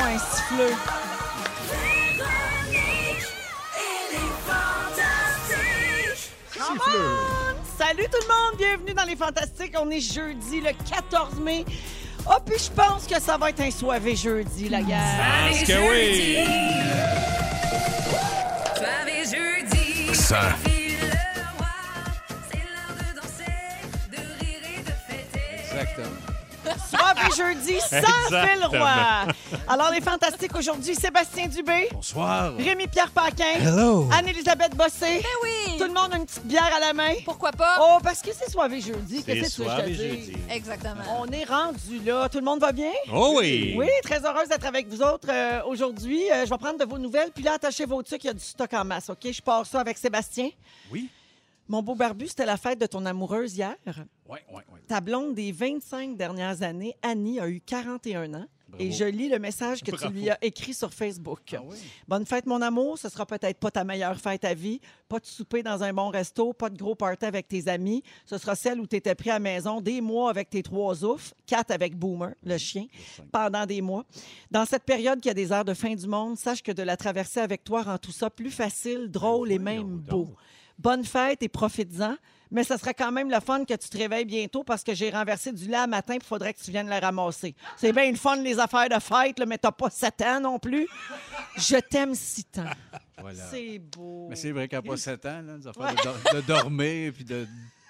Faites-le. Salut tout le monde, bienvenue dans les Fantastiques. On est jeudi le 14 mai. Ah, puis je pense que ça va être un soivé jeudi, la guerre. Parce que oui. Ça. Eh Exactement. Soivé jeudi sans le Roy. Alors, les Fantastiques aujourd'hui, Sébastien Dubé. Bonsoir. Rémi-Pierre Paquin. Hello. Anne-Elisabeth Eh Bossé. oui. Tout le monde a une petite bière à la main. Pourquoi pas? Oh, parce que c'est soivé jeudi. C'est Qu'est-ce que tu veux que je soir te et dise? jeudi. Exactement. On est rendu là. Tout le monde va bien? Oh oui. Oui, très heureuse d'être avec vous autres euh, aujourd'hui. Euh, je vais prendre de vos nouvelles. Puis là, attachez vos trucs, il y a du stock en masse, OK? Je pars ça avec Sébastien. Oui. Mon beau barbu, c'était la fête de ton amoureuse hier. Ouais, ouais, ouais. Ta blonde des 25 dernières années, Annie, a eu 41 ans. Bravo. Et je lis le message que Bravo. tu lui as écrit sur Facebook. oui? Bonne fête, mon amour. Ce sera peut-être pas ta meilleure fête à vie. Pas de souper dans un bon resto, pas de gros party avec tes amis. Ce sera celle où tu étais pris à la maison des mois avec tes trois oufs, quatre avec Boomer, le chien, pendant des mois. Dans cette période qui a des airs de fin du monde, sache que de la traverser avec toi rend tout ça plus facile, drôle et même beau. Bonne fête et profites-en. Mais ça serait quand même le fun que tu te réveilles bientôt parce que j'ai renversé du lait à matin il faudrait que tu viennes le ramasser. C'est bien le fun, les affaires de fête, là, mais t'as pas 7 ans non plus. Je t'aime si tant. Voilà. C'est beau. Mais c'est vrai qu'elle n'a pas 7 ans, là, des affaires de, dor- de dormir puis de,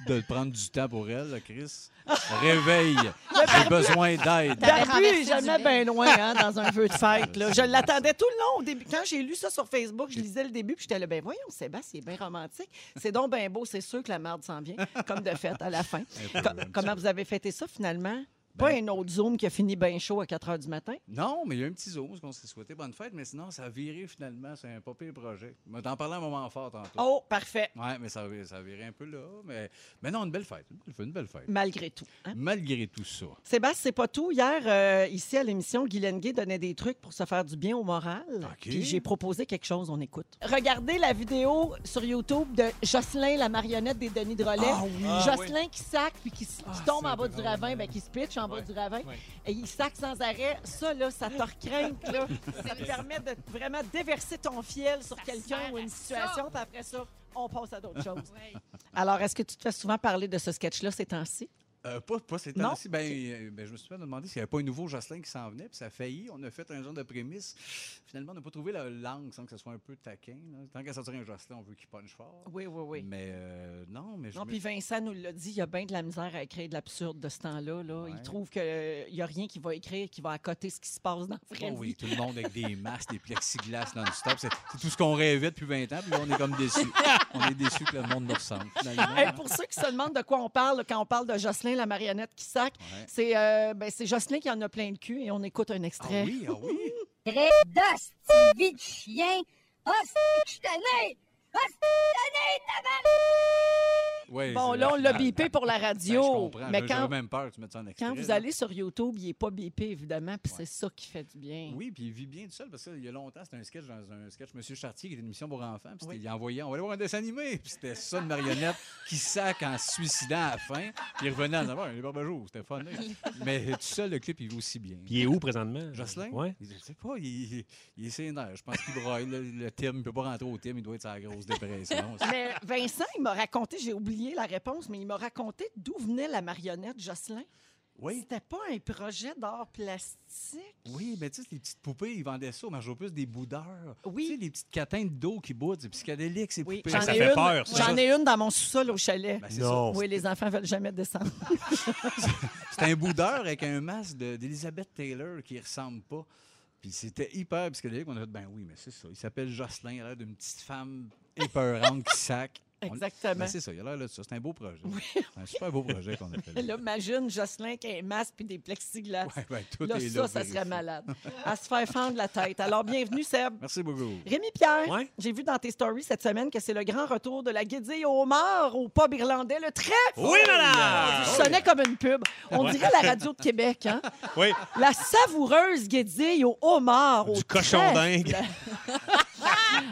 de prendre du temps pour elle, là, Chris. Réveille. J'ai besoin d'aide. T'avais Barbu renversé est du jamais lait. bien loin hein, dans un feu de fête. là. Je l'attendais tout le long. Au début. Quand j'ai lu ça sur Facebook, je lisais le début, puis j'étais là, ben voyons, Sébastien, c'est bien romantique. C'est donc bien beau, c'est sûr que la merde s'en vient, comme de fait, à la fin. peu, Ben Co- un petit comment vous avez fêté ça, finalement? Pas un autre Zoom qui a fini bien chaud à 4 h du matin. Non, mais il y a un petit zoo, parce qu'on s'est souhaité bonne fête, mais sinon, ça a viré finalement. C'est un pas pire projet. Mais t'en parlais à un moment fort tantôt. Oh, parfait, Ouais, mais ça, a- ça a viré un peu là. Mais, mais non, une belle fête. Une belle fête. Une belle fête. malgré tout. hein. Malgré tout ça. Sébastien, c'est pas tout. Hier, euh, ici à l'émission, Guylaine Gay donnait des trucs pour se faire du bien au moral. OK. Puis j'ai proposé quelque chose, on écoute. Regardez la vidéo sur YouTube de Jocelyn, la marionnette des Denis de Relais. Jocelyn qui sac puis qui, s- qui tombe en bas du ravin, ben, qui se pitch en bas du ravin. Et il sac sans arrêt. Ça, là, ça te recrinque, là. ça te permet de vraiment déverser ton fiel sur quelqu'un sert ou une à situation. Puis après ça, on passe à d'autres choses. Alors, est-ce que tu te fais souvent parler de ce sketch-là ces temps-ci? Euh, pas, pas ces Non? temps-ci. Ben, euh, ben, je me suis fait demander s'il n'y avait pas un nouveau Jocelyn qui s'en venait, puis ça a failli. On a fait un genre de prémisse. Finalement, on n'a pas trouvé la langue sans que ce soit un peu taquin. là. Tant qu'à sortir un Jocelyn, on veut qu'il punch fort. Oui, oui, oui. Mais euh, non, mais je. Non, me- puis Vincent nous l'a dit, il y a bien de la misère à écrire de l'absurde de ce temps-là. Là. Ouais. Il trouve qu'il n'y a rien qui va écrire qui va accoter ce qui se passe dans la Oh vraie oui, vie. tout le monde avec des masques, des plexiglas non-stop. C'est c'est tout ce qu'on rêvait depuis 20 ans, puis là, on est comme déçus. on est déçus que le monde nous ressemble. finalement. Hey, pour ceux qui se demandent de quoi on parle là, quand on parle de Jocelyn, la marionnette qui sac, Ouais. c'est, euh, ben, c'est Jocelyn qui en a plein le cul et on écoute un Ah extrait. oui, ah oui. Dresse d'hostie vie de chien. Hostie, je suis tanné. Hostie, tanné, Ouais, Bon, c'est- là, on l'a Ben, bipé pour la je radio. comprends. mais Là, quand, J'avais même peur que tu mettes ça en extrait. quand vous là. allez sur YouTube, il n'est pas bipé, évidemment, puis c'est ça qui fait du bien. Oui, puis il vit bien tout seul parce qu'il y a longtemps, c'était un sketch dans un sketch Monsieur Chartier qui était une émission pour enfants. Puis c'était- il envoyait, on va aller voir un dessin animé. Puis c'était ça, une marionnette qui sac en se suicidant à la fin. Puis il revenait en disant, Ouais, les barbejours, c'était fun. hein. Mais tout seul, le clip, il vit aussi bien. Puis il est où présentement? Jocelyn, Ouais. il- je sais pas, il, il, il est sénère. Je pense qu'il braille. Le, le thème, il peut pas rentrer au thème, il doit être sa grosse dépression. Mais Vincent, il m'a raconté, j'ai oublié la réponse, mais il m'a raconté d'où venait la marionnette Jocelyn. Oui, C'était pas un projet d'art plastique. oui, mais tu sais, les petites poupées, ils vendaient ça au marché aux puces, des boudeurs. Oui. Tu sais, les petites catins d'eau qui boudent, c'est psychédélique, ces Oui, poupées. j'en Ça ai fait une. peur, ça. J'en ai une dans mon sous-sol au chalet. Ben, c'est ça. non. oui, les enfants veulent jamais descendre. C'est un boudeur avec un masque de- d'Elizabeth Taylor qui ressemble pas. Puis c'était hyper psychédélique. On a fait, ben oui, mais c'est ça. Il s'appelle Jocelyn. Il a l'air d'une petite femme épeurante qui sac. On- Exactement. Ben, c'est ça. Il a l'air de ça. C'est un beau projet. C'est un super beau projet qu'on a fait. Là, imagine Jocelyn qui a un masque puis des plexiglas. Ouais, ben, tout là, est ça, là, ça vérifié. serait malade. À se faire fendre la tête. Alors, bienvenue, Seb. Merci beaucoup. Rémi-Pierre, Ouais. j'ai vu dans tes stories cette semaine que c'est le grand retour de la guédille au homard au pub irlandais, le trèfle. Oui, madame! Je sonnais comme une pub. On Ouais. dirait la radio de Québec, hein? Oui, La savoureuse guédille au homard, au du cochon trèfle. dingue.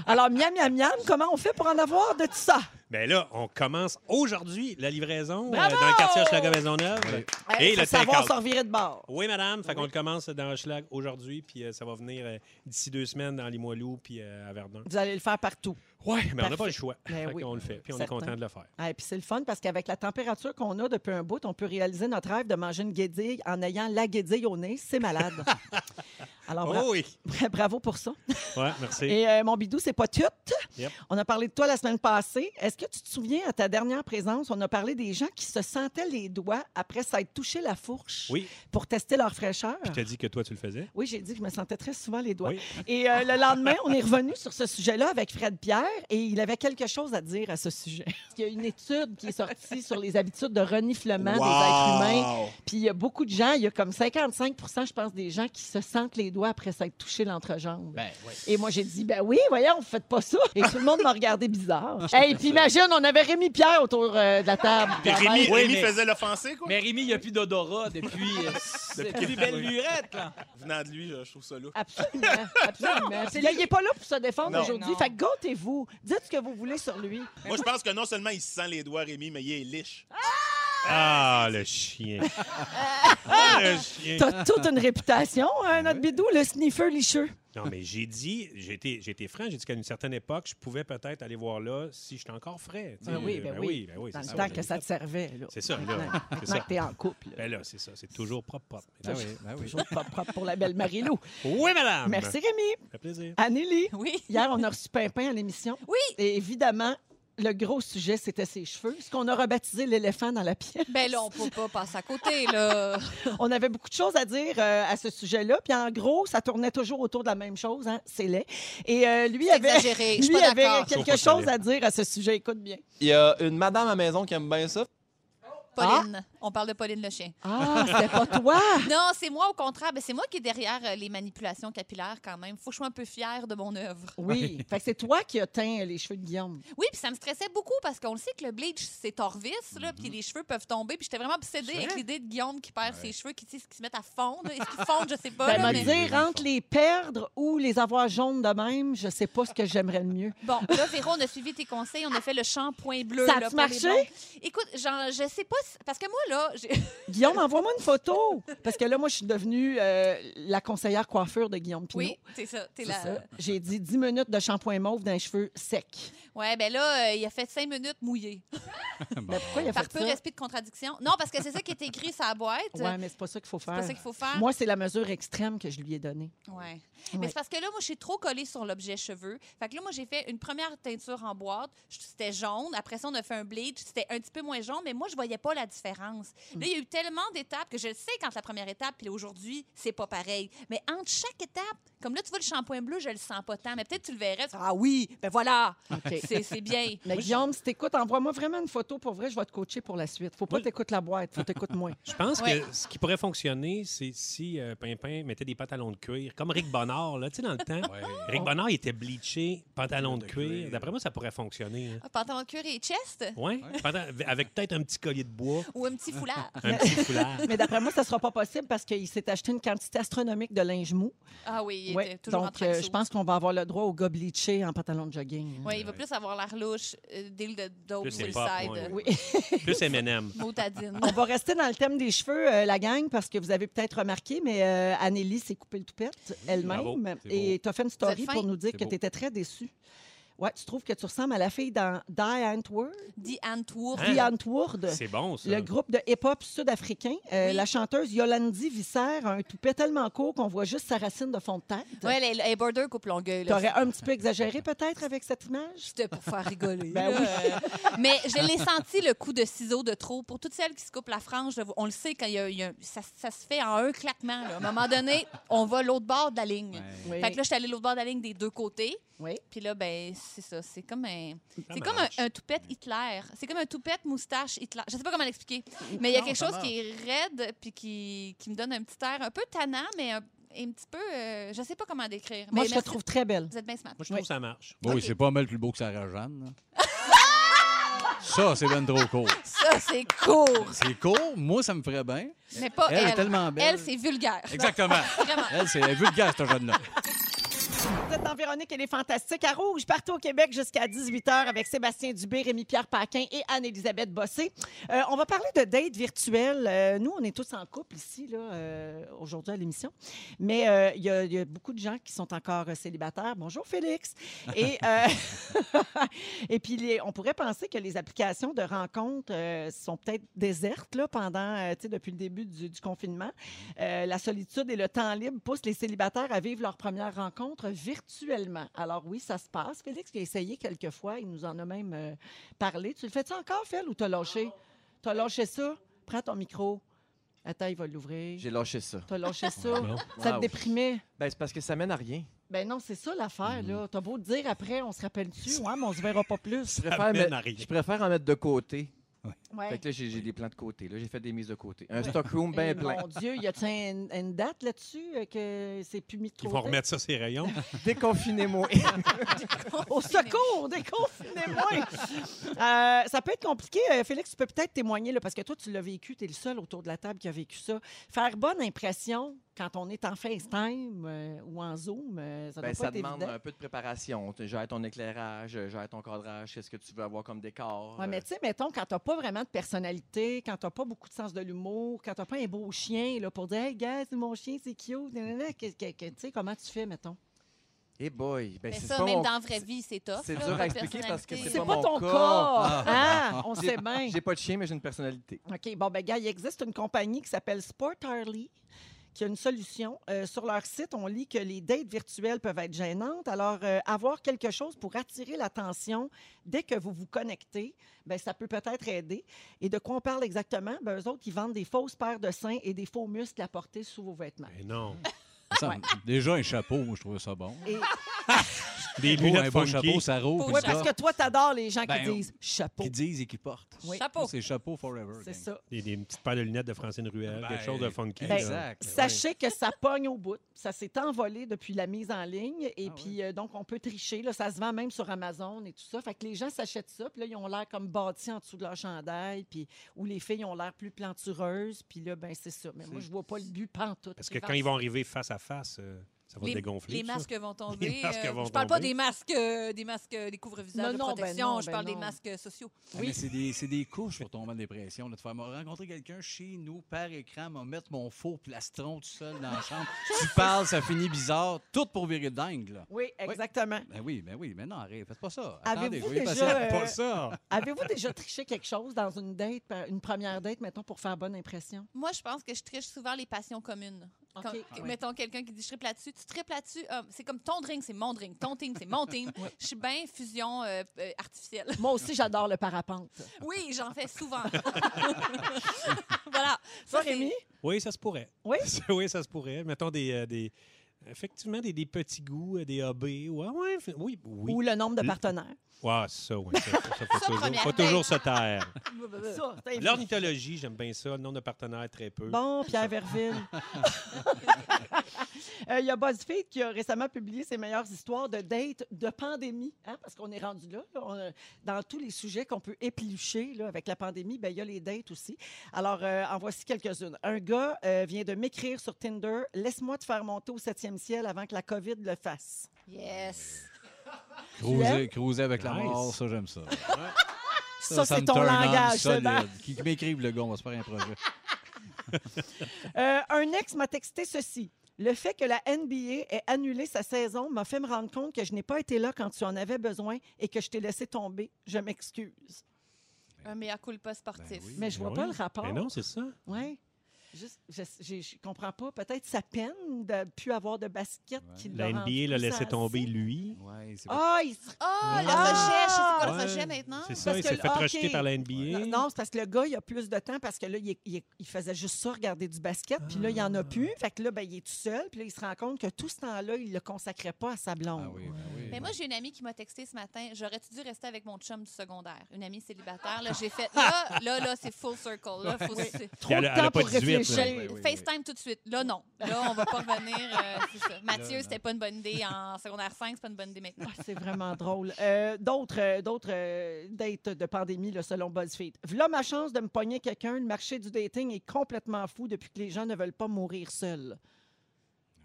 Alors, miam, miam, miam, comment on fait pour en avoir de tout ça? Bien Ben là, on commence aujourd'hui la livraison euh, Bravo! dans le quartier Hochelaga Maisonneuve. Oui. Hey, Et faut le savoir take-out. s'en virer de bord. Oui, madame. Fait qu'on le commence dans Hochelag aujourd'hui, puis euh, ça va venir euh, d'ici deux semaines dans Limoilou puis euh, à Verdun. Vous allez le faire partout. Oui, mais on n'a Parfait. pas le choix. Ben Fait oui. qu'on le fait, puis on Certain. est content de le faire. Ah, et puis c'est le fun parce qu'avec la température qu'on a depuis un bout, on peut réaliser notre rêve de manger une guédille en ayant la guédille au nez. C'est malade. Alors, bra- Oh oui! bravo pour ça. Ouais, merci. Ah Et euh, mon bidou, c'est pas tout. Yep. On a parlé de toi la semaine passée. Est-ce que tu te souviens, à ta dernière présence, on a parlé des gens qui se sentaient les doigts après s'être touché la fourche Oui, pour tester leur fraîcheur? puis tu as dit que toi, tu le faisais. Oui, j'ai dit que je me sentais très souvent les doigts. Oui. Et euh, le lendemain, on est revenu sur ce sujet-là avec Fred Pierre et il avait quelque chose à dire à ce sujet. Il y a une étude qui est sortie sur les habitudes de reniflement des êtres humains. Puis il y a beaucoup de gens, il y a comme 55 je pense, des gens qui se sentent les doigts après s'être touché l'entrejambe. Ben, oui. Et moi, j'ai dit, ben oui, voyons, faites pas ça. Et tout le monde m'a regardé bizarre. Et puis imagine, on avait Rémi Pierre autour euh, de la table. Puis Rémi, Oui, Rémi mais- faisait l'offensé, quoi. Mais Rémi, il n'y a plus d'odorat depuis, euh, depuis belle lurette. Là. Venant de lui, euh, je trouve ça lourd. Absolument, absolument. Il n'est pas là pour se défendre Non. aujourd'hui. Non. Fait que gâtez-vous. Dites ce que vous voulez sur lui. Ben Moi, je pense que non seulement il se sent les doigts, Rémi, mais il est liche. Ah, le chien! Ah, le chien! T'as toute une réputation, Ah hein, notre bidou, le sniffer licheux. Non, mais j'ai dit, j'ai été, j'ai été franc, j'ai dit qu'à une certaine époque, je pouvais peut-être aller voir là si j'étais encore frais. tu sais. Ben oui, ben oui. ben oui, Dans c'est le ça, temps que ça te servait. là. C'est ça, là. Maintenant, C'est maintenant ça. que t'es en couple. là. Ben là, c'est ça, c'est toujours propre, propre. Ben oui, ben oui. Toujours pas propre pour la belle Marie-Lou. Oui, madame! Merci, Rémi. Ça fait plaisir. Anneli, Oui. hier, on a reçu Pimpin à l'émission. Oui. Et évidemment, le gros sujet, c'était ses cheveux. Ce qu'on a rebaptisé l'éléphant dans la pièce. Ben là, on peut pas passer à côté, là. On avait beaucoup de choses à dire euh, à ce sujet-là. Puis en gros, ça tournait toujours autour de la même chose, hein, c'est laid. Et euh, lui C'est avait, exagéré, je suis lui pas avait d'accord. quelque Toujours pas chose à dire à ce sujet. Écoute bien. Il y a une madame à la maison qui aime bien ça. Pauline. On parle de Pauline le chien. Ah, c'était pas toi. Non, c'est moi, au contraire. Ben, c'est moi qui est derrière euh, les manipulations capillaires, quand même. Faut que je sois un peu fière de mon œuvre. Oui. Fait que c'est toi qui as teint les cheveux de Guillaume. Oui, puis ça me stressait beaucoup parce qu'on le sait que le bleach, c'est torvis, là, puis les cheveux peuvent tomber. Puis j'étais vraiment obsédée avec l'idée de Guillaume qui perd ses cheveux, qui, tu sais, qui se mettent à fondre. Est-ce qu'ils fondent? Je sais pas. Ben, là, m'a Ah, mais- dire entre les perdre ou les avoir jaunes de même, je sais pas ce que j'aimerais le mieux. Bon, là, Véro, on a suivi tes conseils. On a fait le shampoing bleu. Ça là, a-tu pour les marché? blondes. Écoute, genre, je sais pas. si- Parce que moi, là, j'ai- Guillaume, envoie-moi une photo parce que là moi je suis devenue euh, la conseillère coiffure de Guillaume Pinot. Oui, c'est ça. T'es C'est là. ça. J'ai dit 10 minutes de shampoing mauve dans les cheveux secs. Ouais, ben là, euh, il a fait cinq minutes mouillé. Ben, pourquoi il a Par fait peu ça? respect de contradiction. Non, parce que c'est ça qui est écrit sur la boîte. Ouais, mais c'est pas ça qu'il faut c'est faire. pas ça qu'il faut faire. Moi, c'est la mesure extrême que je lui ai donnée. Ouais. Ouais. Mais c'est parce que là, moi, je suis trop collée sur l'objet cheveux. Fait que là, moi, j'ai fait une première teinture en boîte. Je- C'était jaune. Après ça, on a fait un bleach. C'était un petit peu moins jaune, mais moi, je voyais pas la différence. Hmm. Là, il y a eu tellement d'étapes que je le sais quand la première étape, puis aujourd'hui, c'est pas pareil. Mais entre chaque étape, comme là, tu vois le shampoing bleu, je le sens pas tant. Mais peut-être tu le verrais. tu feras, Ah oui, ben voilà. OK. C'est c'est bien. Mais Guillaume, si t'écoutes, envoie-moi vraiment une photo. Pour vrai, je vais te coacher pour la suite. Faut pas Moi, je- t'écouter la boîte, faut t'écouter moi. Je pense Ouais. que ce qui pourrait fonctionner, c'est si euh, Pimpin mettait des pantalons de cuir, comme Rick Bonnard, là, tu sais, dans le temps. Ouais. Rick Bonnard, il était bleaché, Oh. pantalon de De cuir. cuir. D'après moi, ça pourrait fonctionner. hein. Ah, Pantalon de cuir et chest Ouais. Pantal- Avec peut-être un petit collier de bois, ou un petit foulard. un petit foulard. Mais d'après moi, ça sera pas possible parce qu'il s'est acheté une quantité astronomique de linge mou. Ah oui, il Ouais. était toujours en Donc, train euh, je pense qu'on va avoir le droit au gars bleaché en pantalon de jogging. Oui, il va plus avoir l'air louche, euh, deal de dope Plus sur le hip-hop, side. Oui. Plus M&M. Motadine. On va rester dans le thème des cheveux, euh, la gang, parce que vous avez peut-être remarqué, mais euh, Anneli s'est coupée le toupette bravo, elle-même. c'est Et tu as fait une Vous story êtes fin. pour nous dire C'est que beau. tu étais très déçue. Ouais, tu trouves que tu ressembles à la fille dans Die Antwoord, Dit Antwoord. Hein? Die Antwoord. C'est bon, ça. Le groupe de hip-hop sud-africain, Euh, Oui. la chanteuse Yolandi Visser a un toupet tellement court qu'on voit juste sa racine de fond de tête. Ouais, elle est- elle est border coupe longueuil. là. T'aurais un petit peu exagéré peut-être avec cette image? C'était pour faire rigoler. Ben là. oui. Euh, Mais je l'ai senti le coup de ciseaux de trop. Pour toutes celles qui se coupent la frange, je vous- on le sait quand il y a, il y a un- ça, ça se fait en un claquement. là. À un moment donné, on va l'autre bord de la ligne. Ouais. Oui. Fait que là, je suis allée l'autre bord de la ligne des deux côtés. Oui. Puis là, ben, c'est ça. C'est comme un. Ça C'est comme un, marche. un toupette Hitler. C'est comme un toupette moustache Hitler. Je sais pas comment l'expliquer. Mais il y a Non, quelque ça chose qui est raide puis qui, qui me donne un petit air un peu tannant, mais un, un petit peu. euh, je sais pas comment décrire. Moi, mais je te merci. trouve très belle. Vous êtes bien smart. Moi, je trouve que ça marche. Bon, Ok. c'est pas mal plus beau que Sarah Jeanne. là. ça, c'est ben trop court. Ça, c'est court. C'est court, moi, ça me ferait bien. Mais pas Elle elle. est tellement belle. Elle, c'est vulgaire. Exactement. Vraiment. Elle, c'est elle est vulgaire, cette jeune-là. Vous êtes dans Véronique et les Fantastiques à Rouge, partout au Québec jusqu'à 18h avec Sébastien Dubé, Rémi-Pierre Paquin et Anne-Élisabeth Bossé. Euh, on va parler de dates virtuelles. Euh, nous, on est tous en couple ici, là, euh, aujourd'hui à l'émission. Mais euh, il y a- il y, a beaucoup de gens qui sont encore euh, célibataires. Bonjour, Félix. Et, euh, et puis, les- on pourrait penser que les applications de rencontres euh, sont peut-être désertes là, pendant, euh, tu sais, depuis le début du- du confinement. Euh, la solitude et le temps libre poussent les célibataires à vivre leur première rencontre virtuellement. Alors oui, ça se passe. Félix qui a essayé quelques fois, il nous en a même euh, parlé. Tu le fais-tu encore, Phil, ou t'as lâché? T'as lâché ça? Prends ton micro. Attends, il va l'ouvrir. J'ai lâché ça. T'as lâché ça? Bon. Ça te Wow. déprimait? Ben, c'est parce que ça mène à rien. Ben non, c'est ça l'affaire, là. Mm-hmm. T'as beau dire après, on se rappelle-tu? Ouais, mais on se verra pas plus. Je préfère, mène me- à rien. je préfère en mettre de côté. Ouais. Fait que là, j'ai j'ai des plans de côté. Là, j'ai fait des mises de côté. Un stockroom Eh, bien plein. mon Dieu, y a-t-il une, une date là-dessus euh, que c'est plus mis de Ils vont côté? remettre ça ses rayons. Déconfinez-moi. Au secours, déconfinez-moi! Euh, ça peut être compliqué. Euh, Félix, tu peux peut-être témoigner, là, parce que toi, tu l'as vécu, tu es le seul autour de la table qui a vécu ça. Faire bonne impression quand on est en FaceTime euh, ou en Zoom, euh, ça doit Ben, pas ça être demande évident. un peu de préparation. Tu gères ton éclairage, euh, gères ton cadrage, qu'est-ce que tu veux avoir comme décor. euh. Ouais, mais tu sais, mettons, quand t'as pas vraiment de personnalité, quand t'as pas beaucoup de sens de l'humour, quand t'as pas un beau chien là, pour dire Hey, gars, c'est mon chien, c'est cute, nanana, que- que- que- tu sais, comment tu fais, mettons? Et boy, ben, Mais c'est ça, pas même mon- dans la vraie vie, c'est tough. c'est là, dur à votre expliquer parce que personnalité. C'est pas C'est pas mon ton cas. cas! Hein? On J'ai- sait bien. J'ai pas de chien, mais j'ai une personnalité. OK. Bon, ben, gars, il existe une compagnie qui s'appelle Sport Early qui a une solution. Euh, sur leur site, on lit que les dates virtuelles peuvent être gênantes. Alors, euh, avoir quelque chose pour attirer l'attention dès que vous vous connectez, ben, ça peut peut-être aider. Et de quoi on parle exactement? Ben, eux autres, ils vendent des fausses paires de seins et des faux muscles à porter sous vos vêtements. Mais non. Ça, Déjà, un chapeau, moi, je trouvais ça bon. Et, Des Beau, un lunettes beau funky. chapeau, ça roule. ouais, parce que toi, t'adores les gens Ben, qui disent « chapeau Qui disent et qui portent. Oui. Chapeau. C'est chapeau forever. ». C'est gang. ça. Des, des petites paires de lunettes de Francine Ruel, Ben, quelque chose de funky. Ben, là. Exact. Sachez que ça pogne au bout. Ça s'est envolé depuis la mise en ligne. Et Ah puis, euh, donc, on peut tricher. Là, ça se vend même sur Amazon et tout ça. Fait que les gens s'achètent ça. Puis là, ils ont l'air comme bâtis en dessous de leur chandail. Puis, où les filles ont l'air plus plantureuses. Puis là, ben c'est ça. Mais moi, je vois pas le but pantoute. Parce que quand ils vont arriver face à face, euh, ça va Les, dégonfler. les ça. masques vont tomber. Les masques euh, vont je parle pas tomber. des masques, euh, des masques, euh, des couvre-visages Non, de non, ben protection. non, je ben parle des non. masques euh, sociaux. Ah, mais c'est des, c'est des couches pour tomber en dépression. Là, de faire moi, rencontrer quelqu'un chez nous, par écran, me mettre mon faux plastron tout seul dans la chambre. tu parles, ça finit bizarre. Tout pour virer le dingue, là. Oui, exactement. Ben oui, ben oui, mais non, arrête, faites pas ça. Avez-vous Attendez, soyez déjà, patient. euh, Pas ça. Avez-vous déjà triché quelque chose dans une date, par- une première date, mettons, pour faire bonne impression? Moi, je pense que je triche souvent les passions communes. OK. Comme- Ah ouais. Mettons quelqu'un qui dit je tripe là-dessus, tu tripes là-dessus. Ah, c'est comme ton drink, c'est mon drink. Ton team, c'est mon team. Je suis bien fusion euh, euh, artificielle. Moi aussi, j'adore le parapente. Oui, j'en fais souvent. voilà. Ça, c'est- Rémi? Oui, ça se pourrait. Oui? oui, ça se pourrait. Mettons des. euh, des effectivement, des, des petits goûts, euh, des AB. Ouais, ouais, f- oui, oui. Ou le nombre de Le- partenaires. Ouais, ça, oui. Ça, ça, faut, Ça, toujours, première faut date. toujours se taire. Ça, c'est- L'ornithologie, j'aime bien ça. Le nombre de partenaires, très peu. Bon, Pierre Verville. Euh, Il y a BuzzFeed qui a récemment publié ses meilleures histoires de dates de pandémie, hein, parce qu'on est rendu là. là. On a- dans tous les sujets qu'on peut éplucher là, avec la pandémie, ben, il y a les dates aussi. Alors, euh, en voici quelques-unes. Un gars euh, vient de m'écrire sur Tinder Laisse-moi te faire monter au septième ciel avant que la COVID le fasse. Yes. Cruiser, cruiser avec la Nice. mort, ça, j'aime ça. Ça, ça c'est me ton turn on langage, Sébastien. solide. Qui qui m'écrivent, le gars, on va se faire un projet. Euh, un ex m'a texté ceci. Le fait que la NBA ait annulé sa saison m'a fait me rendre compte que je n'ai pas été là quand tu en avais besoin et que je t'ai laissé tomber. Je m'excuse. Un meilleur culpa sportif. Ben oui. Mais je vois Oui. pas le rapport. Mais non, c'est ça. Ouais. Juste, je, j'ai- je comprends pas. Peut-être sa peine de ne plus avoir de basket Ouais. qui La NBA l'a laissé tomber, lui. Ouais, c'est pas- Ah, il se- Oh, le Ah! rejet. Je sais pas le Ouais. rejet maintenant. C'est ça, Parce il que s'est le fait hockey- rejeter par la NBA. non, c'est parce que le gars, il a plus de temps parce que là, il, est- il est- il faisait juste ça, regarder du basket. Puis là, il n'y Ah. en a plus. Fait que là, ben, il est tout seul. Puis là, il se rend compte que tout ce temps-là, il ne le consacrait pas à sa blonde. Ah oui, ben oui. Mais moi, j'ai une amie qui m'a texté ce matin. J'aurais-tu dû rester avec mon chum du secondaire? Une amie célibataire. Là, j'ai fait. Là, là, là, c'est full circle. Là, faut se- Trop Elle de a- elle a temps pas pour 18, réfléchir. là. Oui, Eh oui, oui. FaceTime tout de suite. Là, non. Là, on va pas revenir. euh, c'est ça. Mathieu, c'était pas une bonne idée en secondaire 5, c'est pas une bonne idée maintenant. Ah, C'est vraiment drôle. Euh, d'autres euh, d'autres euh, dates de pandémie, là, selon BuzzFeed. V'là ma chance de me pogner Mm-hmm. quelqu'un. Le marché du dating est complètement fou depuis que les gens ne veulent pas mourir seuls.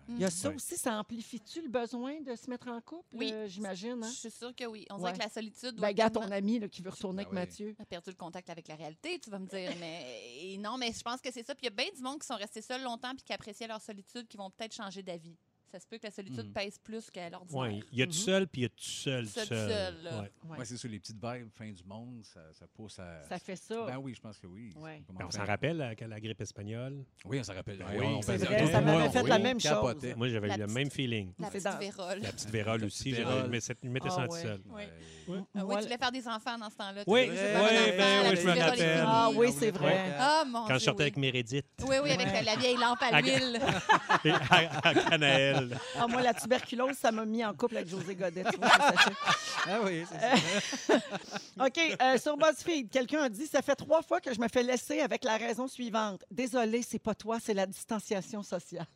Il y a Mm. ça Ouais. aussi, ça amplifie-tu le besoin de se mettre en couple, Oui. euh, j'imagine? Je Hein? suis sûre que oui. On Ouais. dirait que la solitude Ben, doit gars, tellement- ton ami là, qui veut retourner Ah avec ouais. Mathieu. a perdu le contact avec la réalité, tu vas me dire. Mais et non, mais je pense que c'est ça. Puis il y a bien du monde qui sont restés seuls longtemps puis qui appréciaient leur solitude, qui vont peut-être changer d'avis. Ça se peut que la solitude Mhm. pèse plus que l'ordinaire. Hmm. Ouais, il y a tout Mhm. seul, puis il y a tout seul, tout Seul, seul. seul, là. Ouais. Ouais. Ouais, c'est sûr, les petites vibes, fin du monde, ça, ça pousse à. Ça fait ça. Ben oui, je pense que oui. Ouais. Ça peut Ben, on m'en s'en faire. rappelle à, à la grippe espagnole. Oui, on s'en rappelle. Ben Ouais, oui, on c'est faisait- vrai, tout le ça monde, m'avait fait oui, la on même chose. capotait. Moi, j'avais La le petite- même feeling. La C'est petite dans- vérole. La petite vérole La aussi, petite je vérole. mais ça- je mettais ça Ah en tout ouais. seul. Oui. Ouais. Ah oui, Moi, tu voulais faire des enfants dans ce temps-là. tu Oui, oui, voulais ben faire un oui, enfant, la oui, petite je me vérole est rappelle. finie. Ah oui, Ben, On c'est voulait vrai. faire- Ah mon Quand je Dieu, sortais oui. avec Meredith Oui, oui, avec la, la vieille lampe à Ah, l'huile. et à, à Canaël. Ah, moi, la tuberculose, ça m'a mis en couple avec José Godet. tu vois, ça sachez. Ah oui, c'est ça. OK, euh, sur BuzzFeed, quelqu'un a dit Ça fait trois fois que je me fais laisser avec la raison suivante. Désolé, c'est pas toi, c'est la distanciation sociale.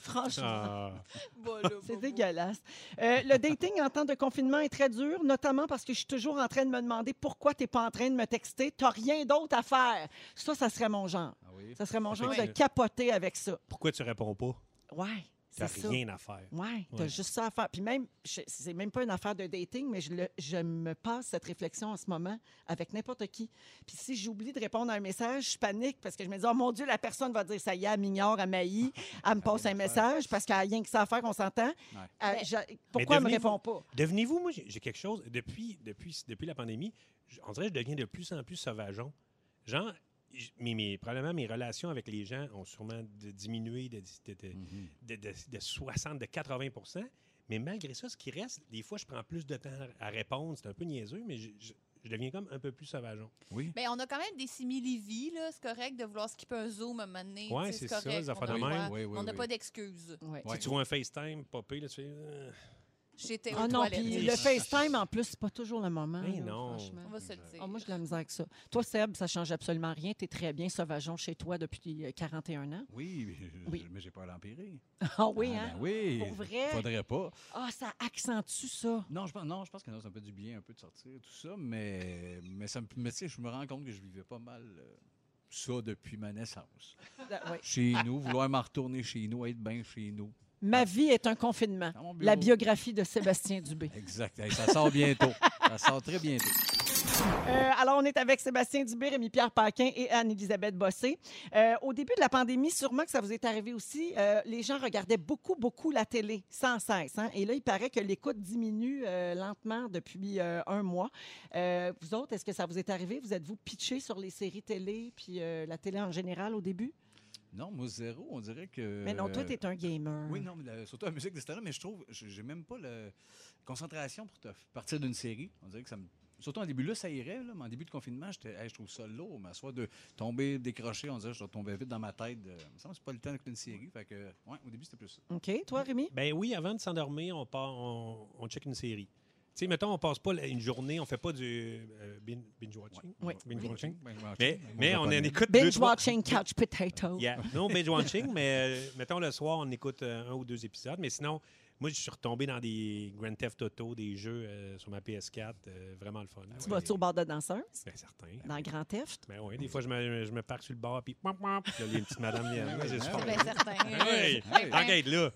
Franchement. Ah. Voilà, C'est bobo. dégueulasse. Euh, le dating en temps de confinement est très dur, notamment parce que je suis toujours en train de me demander pourquoi t'es pas en train de me texter. T'as rien d'autre à faire. Ça, ça serait mon genre. Ah oui. Ça serait mon genre de Effectivement. capoter avec ça. Pourquoi tu réponds pas? Ouais, T'as c'est ça. rien à faire. Ouais, t'as Ouais. juste ça à faire. Puis même, je- c'est même pas une affaire de dating, mais je, le- je me passe cette réflexion en ce moment avec n'importe qui. Puis si j'oublie de répondre à un message, je panique parce que je me dis, oh mon Dieu, la personne va dire, ça y est, elle m'ignore, elle maillit, elle me passe un message parce qu'elle a rien que ça à faire, on s'entend. Euh, Mais- je- pourquoi elle me devenez-vous- répond pas? Devenez-vous, moi, j'ai j'ai quelque chose. Depuis, depuis, depuis la pandémie, je- on dirait que je deviens de plus en plus sauvageon. Genre, j- mes, mes- probablement mes relations avec les gens ont sûrement d- diminué de, de- de- Mhm. de- de- de 60, de 80 Mais malgré ça, ce qui reste, des fois, je prends plus de temps à à répondre. C'est un peu niaiseux, mais je, je- je deviens comme un peu plus sauvageon. Oui. Mais Ben, on a quand même des simili-vies, là. C'est correct de vouloir skipper un zoom à un moment donné. Ouais, tu sais, c'est ça, correct, les affaires on a de le même. droit. Oui, oui, On n'a oui. pas d'excuses. Ouais. Ouais. Si tu vois un FaceTime popé, là, tu fais. euh, J'étais aux Ah non, toilettes. puis le FaceTime, en plus, c'est pas toujours le moment. Eh là, non. franchement. On va se le dire. Ah, moi, j'ai de la misère avec ça. Toi, Seb, ça change absolument rien. T'es très bien sauvageon chez toi depuis euh, 41 ans. Oui, mais je- Oui. mais j'ai peur l'empirer. Ah oui, Ah, hein? ben oui. Pour vrai? Faudrait pas. Ah, ça accentue ça. Non, je pense, non, je pense que non, ça me fait du bien un peu de sortir, tout ça, mais, mais, ça me, mais tu sais, je me rends compte que je vivais pas mal euh, ça depuis ma naissance. Ah, oui. Chez nous, vouloir m'en retourner chez nous, être bien chez nous. Ma vie est un confinement. Dans mon bureau. La biographie de Sébastien Dubé. Exact. Hey, ça sort bientôt. ça sort très bientôt. Euh, alors, on est avec Sébastien Dubé, Rémi-Pierre Paquin et Anne-Élisabeth Bossé. Euh, au début de la pandémie, sûrement que ça vous est arrivé aussi, euh, les gens regardaient beaucoup, beaucoup la télé, sans cesse. hein. Et là, il paraît que l'écoute diminue euh, lentement depuis euh, un mois. Euh, vous autres, est-ce que ça vous est arrivé? Vous êtes-vous pitchés sur les séries télé puis euh, la télé en général au début? Euh, Non, moi, zéro, on dirait que. Mais non, toi, euh, t'es un gamer. Oui, non, mais la- surtout la musique de ce temps-là, mais je trouve, je- j'ai même pas la concentration pour te f- partir d'une série. On dirait que ça me. Surtout en début, là, ça irait, là, mais en début de confinement, j'étais, Hey, je trouve ça lourd, mais soit de tomber, décrocher, on dirait que je retombais vite dans ma tête. De, il me semble que c'est pas le temps d'une série. Fait que, ouais, au début, c'était plus ça. OK. Toi, Rémi? Ben oui, avant de s'endormir, on, part, on, on check une série. Tu sais, mettons, on passe pas la- une journée, on fait pas du euh, bin- binge-watching. Ouais. Binge-watching. Ben, ben, Mais, ben, mais ben, on en ben, écoute deux, trois- Binge-watching couch potato. Yeah. Non, binge-watching, mais euh, mettons, le soir, on écoute euh, un ou deux épisodes. Mais sinon, moi, je suis retombé dans des Grand Theft Auto, des jeux euh, sur ma PS4. euh, vraiment le fun. Tu vas-tu au bar de danseuse? Bien certain. Dans Grand Theft? Ben oui, des fois, je me, je me parque sur le bar, puis... pop, pop, puis là, les petites madames viennent. Ouais, c'est super. C'est bien certain. Ben oui, Ben, ben, enquête, là.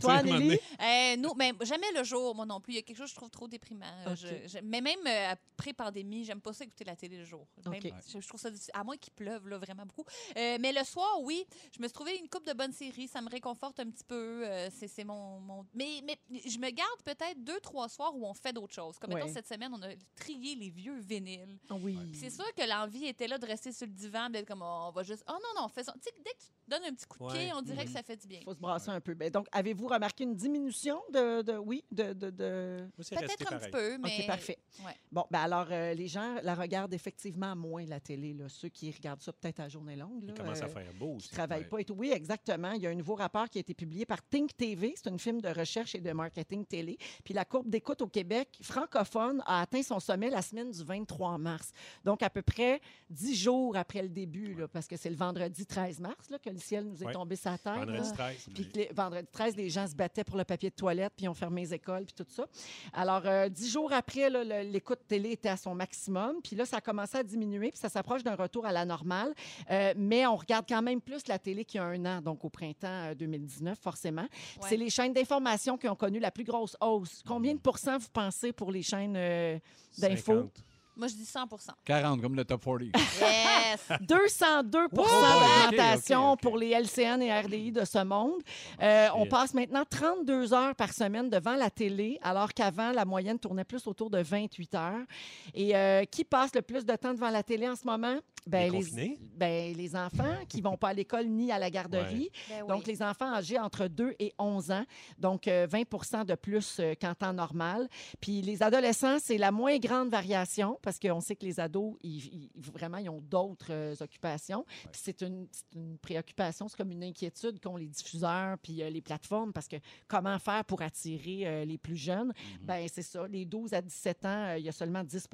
Toi, Tu sais, Anneli? Euh, non, mais jamais le jour, moi non plus. Il y a quelque chose que je trouve trop déprimant. Euh, Ok. Je- je- mais même euh, après pandémie, j'aime pas ça écouter la télé le jour. Même- Ok. je, je trouve ça difficile, à moins qu'il pleuve là, vraiment beaucoup. Euh, mais le soir, oui, je me suis trouvé une coupe de bonnes séries. Ça me réconforte un petit peu. Euh, c'est c'est mon, mon- Mais, mais je me garde peut-être deux, trois soirs où on fait d'autres choses. Comme Ouais. mettons, cette semaine, on a trié les vieux vinyles. Oui. Puis C'est sûr que l'envie était là de rester sur le divan, d'être comme on va juste. Oh non, non, fais ça. Tu sais, dès que tu te donnes un petit coup de pied, Ouais. on dirait que Mhm. ça fait du bien. Il faut se brasser un peu. Ben, donc, avez-vous remarqué une diminution de, de- oui, de, de, de- Moi, c'est resté Peut-être un pareil. petit peu, mais. OK, parfait. Ouais. Bon, ben alors, euh, les gens la regardent effectivement moins, la télé. Là. Ceux qui regardent ça peut-être à journée longue. là, Il commence euh, à faire beau qui aussi. travaillent ouais. pas et tout. Oui, exactement. Il y a un nouveau rapport qui a été publié par Think TV. C'est une firme de recherche et de marketing télé. Puis la courbe d'écoute au Québec francophone a atteint son sommet la semaine du 23 mars. Donc, à peu près dix jours après le début, là, parce que c'est le vendredi 13 mars là, que le ciel nous est Ouais. tombé sa tête. là. Vendredi 13. Puis que les- vendredi 13, les gens se battaient pour le papier de toilette, puis ils ont fermé les écoles, puis tout ça. Alors, euh, dix jours après, là, le- l'écoute télé était à son maximum. Puis là, ça a commencé à diminuer, puis ça s'approche d'un retour à la normale. Euh, mais on regarde quand même plus la télé qu'il y a un an, donc au printemps euh, 2019, forcément. Puis Ouais. C'est les chaînes d'information qui ont connu la plus grosse hausse. Combien de pourcents vous pensez pour les chaînes euh, d'info? 50. Moi, je dis 100 40, comme le top 40. Yes! 202 Oh, ok, d'augmentation ok, ok. pour les LCN et RDI de ce monde. Euh, on shit. passe maintenant 32 heures par semaine devant la télé, alors qu'avant, la moyenne tournait plus autour de 28 heures. Et euh, qui passe le plus de temps devant la télé en ce moment? Ben, Les confinés. ben, les enfants qui vont pas à l'école ni à la garderie. Ben oui. Donc, les enfants âgés entre 2 et 11 ans, donc euh, 20 de plus euh, qu'en temps normal. Puis les adolescents, c'est la moins grande variation parce qu'on sait que les ados, ils, ils- vraiment, ils ont d'autres euh, occupations. Puis c'est une, c'est une préoccupation, c'est comme une inquiétude qu'ont les diffuseurs puis euh, les plateformes parce que comment faire pour attirer euh, les plus jeunes? Mm-hmm. Ben c'est ça, les 12 à 17 ans, euh, il y a seulement 10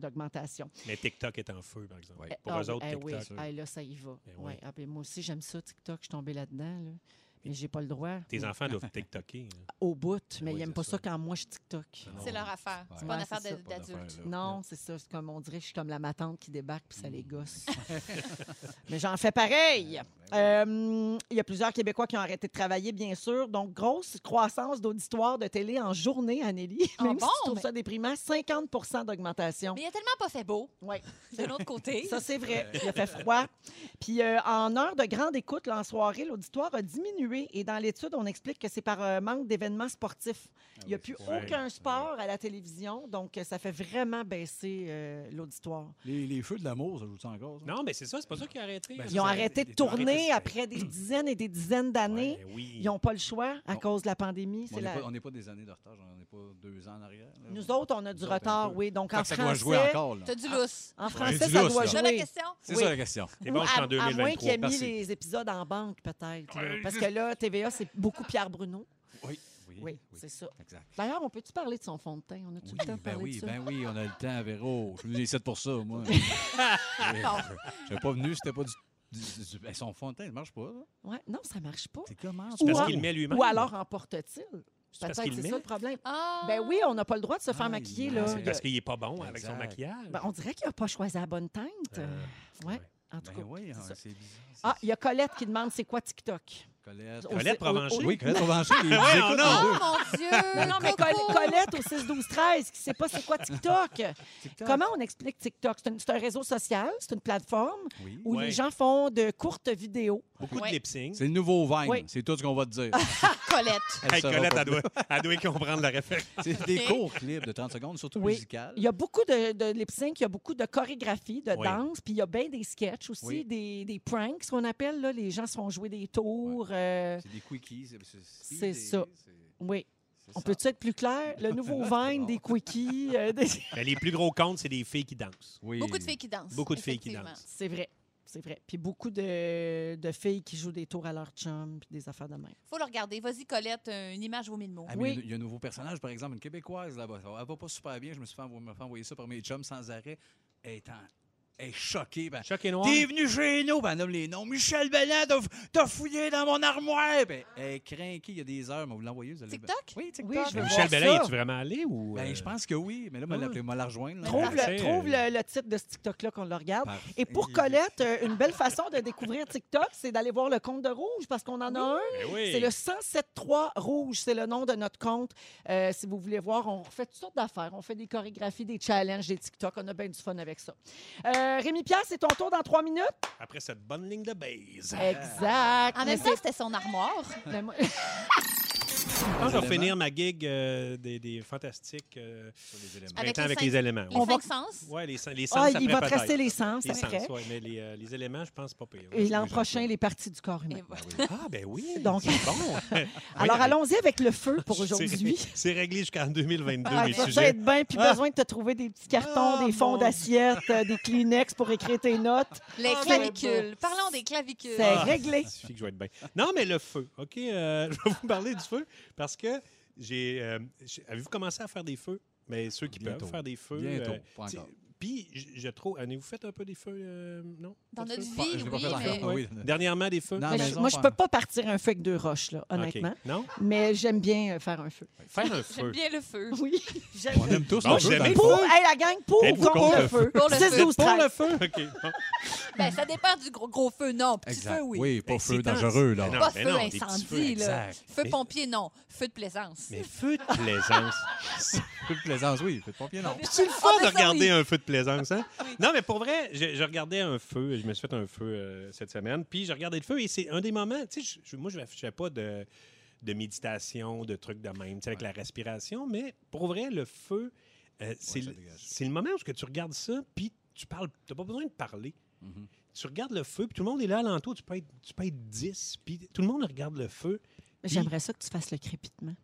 d'augmentation. Mais TikTok est en feu, par exemple. Eh, Pour ah, eux autres, eh TikTok. oui, eh, là, ça y va. Ben Ouais. oui. Ah, ben, moi aussi, j'aime ça, TikTok. Je suis tombée là-dedans. là. Mais j'ai pas le droit. Tes enfants doivent TikToker. hein. Au bout, mais oui, ils n'aiment c'est pas ça ça. Ah, quand moi je TikTok. Non. C'est leur affaire. C'est pas Ouais, une affaire c'est ça. de- Pas d'affaire, d'adulte. là. Non, c'est ça. C'est comme on dirait, je suis comme la matante qui débarque puis ça Hmm. les gosse. Mais j'en fais pareil. Euh, Il y a plusieurs Québécois qui ont arrêté de travailler, bien sûr. Donc, grosse croissance d'auditoire de télé en journée, Anneli. Ah Même bon, si tu trouves mais- ça déprimant, 50 d'augmentation. Mais il a tellement pas fait beau, Ouais. d'un autre côté. Ça, c'est vrai. Euh. Il a fait froid. Puis euh, en heure de grande écoute, là, en soirée, l'auditoire a diminué. Et dans l'étude, on explique que c'est par euh, manque d'événements sportifs. Ah, Il n'y a plus ça. aucun Ouais. sport à la télévision. Donc, euh, ça fait vraiment baisser euh, l'auditoire. Les, les feux de l'amour, ça joue-tu encore? ça? Non, mais c'est ça, c'est pas ça qui a arrêté. Ben, hein. Ils ont ça, arrêté de les tourner touristes, après des dizaines et des dizaines d'années. Ouais, oui. Ils n'ont pas le choix à Non. cause de la pandémie. On C'est n'est la- pas, on n'est pas des années de retard, genre, on n'est pas deux ans en arrière. là. Nous autres, on a du Nous autres, un retard, peu. oui. Donc, Fait en que ça doit jouer français, encore. là. T'as du lousse. en français, du ça lousse, doit là. J'ai la jouer. question. C'est Oui. ça la question. C'est Ou bon, je suis à, en à moins qu'il ait 2023. mis Merci. les épisodes en banque, peut-être. là. Parce que là, TVA, c'est beaucoup Pierre Bruno. Oui, Oui, c'est ça. Exact. D'ailleurs, on peut-tu parler de son fond de teint? On a-tu Oui, le temps de ben parler oui, de ça? ben oui, on a le temps, Véro. Je suis venu ici pour ça, moi. Bon. Je n'étais pas venu, c'était pas du... du- du- Ben, son fond de teint, il marche pas. là. Ouais, non, ça marche pas. C'est comment? Ou Parce en- qu'il le met lui-même. Ou alors emporte-t-il? C'est Peut-être parce c'est qu'il le ça met. le problème. Ah. Ben oui, on n'a pas le droit de se faire Ah, maquiller. il- Là. c'est Il y a- Parce qu'il est pas bon avec son Exact. maquillage. Ben, on dirait qu'il n'a pas choisi la bonne teinte. Euh, ouais, ouais. en tout Ben cas. oui, c'est hein, ça. c'est bizarre. c'est- Ah, il y a Colette qui demande c'est quoi TikTok? Colette. Au- Colette au- au- Provencher. Ah, Oui, Colette Provencher. il nous Voyons écoute, les donc! deux. Oh mon Dieu! Non, non, mais Col- Coco! Ben, Colette au 6-12-13 qui sait pas c'est quoi TikTok. TikTok. Comment on explique TikTok? C'est un, c'est un réseau social, c'est une plateforme Oui. où Ouais. les gens font de courtes vidéos. Beaucoup Ouais. de lip sync. C'est le nouveau Vine. Oui. C'est tout ce qu'on va te dire. Colette. Elle Hey, saura Colette, pas elle doit, elle doit comprendre la référence. C'est des Ok. courts clips de 30 secondes, surtout Oui. musicales. Il y a beaucoup de, de lip sync, il y a beaucoup de chorégraphie, de Oui. danse, puis il y a bien des sketchs aussi, Oui. des, des pranks, ce qu'on appelle. Là, les gens se font jouer des tours. euh, C'est des quickies. c'est- C'est speed, C'est et- ça. c'est- oui. c'est On ça. peut-tu être plus clair? Le nouveau Vine, des quickies. euh, des- Mais Ben, les plus gros comptes, c'est des filles qui dansent. Oui. Beaucoup de filles qui dansent. Beaucoup de filles qui effectivement. dansent. C'est vrai. C'est vrai. Puis beaucoup de, de filles qui jouent des tours à leur chum, puis des affaires de même. Faut le regarder. Vas-y, Colette, euh, une image vaut mille mots. Ah, mais Oui. Il y a un nouveau personnage, par exemple, une Québécoise là-bas. Ça va- Elle va pas super bien. Je me suis fait, envo- me fait envoyer ça par mes chums sans arrêt. Elle est, en- elle est choquée. Ben, Choc et noir. T'es venu chez nous! Ben, elle nomme les noms. Michel Bellin, t'as f- t'as fouillé dans mon armoire! Ben, elle est crinquée il y a des heures, mais vous l'envoyez, vous allez... TikTok? Oui, TikTok. Oui, je veux Mais voir Michel ça. Bellin, est tu vraiment allé ou. euh, Ben, je pense que oui, mais là, moi, Ah. l'appelé, moi, la rejoindre. là. Trouve, le, Parfait. trouve le, le titre de ce TikTok-là qu'on le regarde. Parfait. Et pour Colette, euh, une belle façon de découvrir TikTok, c'est d'aller voir le compte de Rouge, parce qu'on en a un. ben C'est le 1073 Rouge, c'est le nom de notre compte. Euh, si vous voulez voir, on fait toutes sortes d'affaires. On fait des chorégraphies, des challenges, des TikTok. On a bien du fun avec ça. Euh, Rémi Pierre, c'est ton tour dans trois minutes? Après cette bonne ligne de base. Exact. En Mais même temps, c'était son armoire. c'est- mais moi- Je pense que je éléments. vais finir ma gig euh, des, des fantastiques. euh, du Avec printemps les avec cinq- les éléments. Les On va- cinq sens. Ouais, les, sen- les sens. Ah, après, il va te peut-être. rester les sens, Les c'est vrai. sens, ouais, mais les, euh, les éléments, je pense pas pire. Et l'an Oui, j'aime prochain, ça. les parties du corps Et humain. voilà. Ah, ben oui. Donc- c'est bon. Alors, Oui, allons-y avec le feu pour c'est- aujourd'hui. C'est réglé jusqu'en 2022, Ah, mes faut sujets. être bien, puis Ah. besoin de te trouver des petits cartons, Ah, des fonds mon- d'assiette, euh, des Kleenex pour écrire tes notes. Les clavicules. Parlons des clavicules. Ah, C'est réglé. Ah, Il suffit que je vais être bien. Non, mais le feu, OK? euh, je vais vous parler du feu parce que j'ai. euh, j'ai- Avez-vous commencé à faire des feux? Mais ceux qui Bientôt. peuvent faire des feux. Bientôt, euh, pas tu- encore. Puis, je, je trouve. Avez-vous fait un peu des feux, euh, non? Pas Dans de notre feux? Pas- vie, je l'ai pas oui, fait dans mais... la- oui. Dernièrement, des feux? Non, Mais mais je- non, moi, je pas- peux pas partir un feu avec deux roches, là, OK. honnêtement. Non? Mais j'aime bien euh, faire un feu. Faire un J'aime feu. bien le feu. Oui. J'aime On aime tous Bon, un peu, j'aimais dans le Pour, fond. hey, la gang, pour ou Êtes-vous contre le feu? Pour le feu. 6, 12, Pour 13. le feu? OK. bon. Ben, ça dépend du gros, gros feu, non. Petit Exact. feu, oui. pas Ben, feu c'est tant- dangereux, là. Ben non, Pas ben feu non, des petits incendie, feux, là. exact. Feu Mais- pompier, non. Feu de plaisance. Mais feu de plaisance. Feu de plaisance, oui. Feu de pompier, non. C'est le fun de ben ça, regarder oui. un feu de plaisance, hein? Non, mais pour vrai, je, je regardais un feu, je me suis fait un feu euh, cette semaine, puis je regardais le feu et c'est un des moments, tu sais, je- je- moi, je ne fais pas de, de méditation, de trucs de même, tu sais, avec la respiration, mais pour vrai, le feu, euh, c'est ça le- dégage. c'est le moment où est-ce que tu regardes ça, puis tu parles, tu n'as pas besoin de parler. Mhm. Tu regardes le feu, puis tout le monde est là alentour, tu peux être, tu peux être 10, puis tout le monde regarde le feu. J'aimerais ça que tu fasses le crépitement.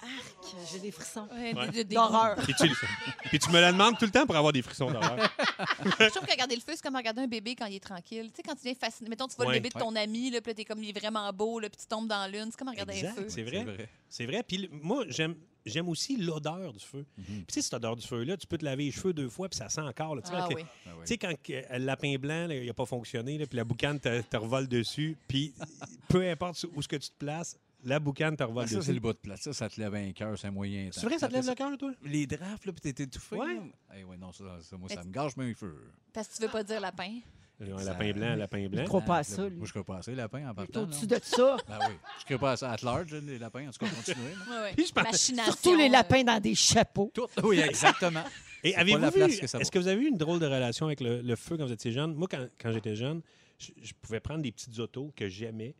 Arc, j'ai des frissons. Ouais, Ouais. des- des- des- D'horreur. Puis tu, puis tu me la demandes tout le temps pour avoir des frissons d'horreur. Je trouve que regarder le feu, c'est comme regarder un bébé quand il est tranquille. Tu sais, quand tu viens fasciné. Mettons, tu vois Ouais. le bébé de ton ami, là, puis là, t'es comme, il est vraiment beau, là, puis tu tombes dans la l'une. C'est comme regarder Exact. un feu. C'est vrai. C'est vrai. Puis le- moi, j'aime. J'aime aussi l'odeur du feu. Mhm. Puis tu sais, cette odeur du feu-là, tu peux te laver les cheveux deux fois, puis ça sent encore. là. Tu sais, Ah quand, que- oui. Ah oui. tu sais, quand que, euh, le lapin blanc, là, il n'a pas fonctionné, là, puis la boucane te, te revole dessus, puis peu importe où ce que tu te places, la boucane te revole Ah, Ça, c'est dessus. le bout de plat. Ça, ça te lève un cœur, c'est un moyen. C'est vrai, ça te lève le cœur, toi? cœur? Les drapes, là, puis t'es étouffé. Ouais. là. Eh ouais, non, ça, ça, moi, Mais ça tu- me gâche même les feux. Parce que tu veux pas dire lapin. Euh, Un lapin blanc, un lapin Je blanc. crois pas à Ah, ça, lui. Moi, je ne pas à ça, les lapins, en T'es partant. Au-dessus là. de ça, Ben oui. Je ne pas à ça. At large, les lapins, en tout cas, continuez. là. Oui, oui. Puis je parlais- Machination, surtout les euh, lapins dans des chapeaux. Tout. Oui, exactement. Et C'est avez-vous pas la vu, place que ça est-ce va. que vous avez eu une drôle de relation avec le, le feu quand vous étiez jeune? Moi, quand, quand j'étais jeune, je, je pouvais prendre des petites autos que j'aimais,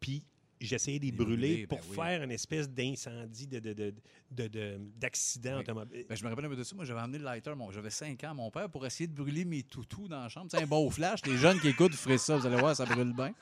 puis j'essayais de les Les brûler, brûler, pour ben oui. faire une espèce d'incendie, de, de, de, de- de- d'accident Oui. automobile. Ben, je me rappelle un peu de ça. Moi, j'avais amené le lighter. mon- J'avais 5 ans, mon père, pour essayer de brûler mes toutous dans la chambre. C'est un beau flash. Les jeunes qui écoutent, vous ferez ça. Vous allez voir, ça brûle bien.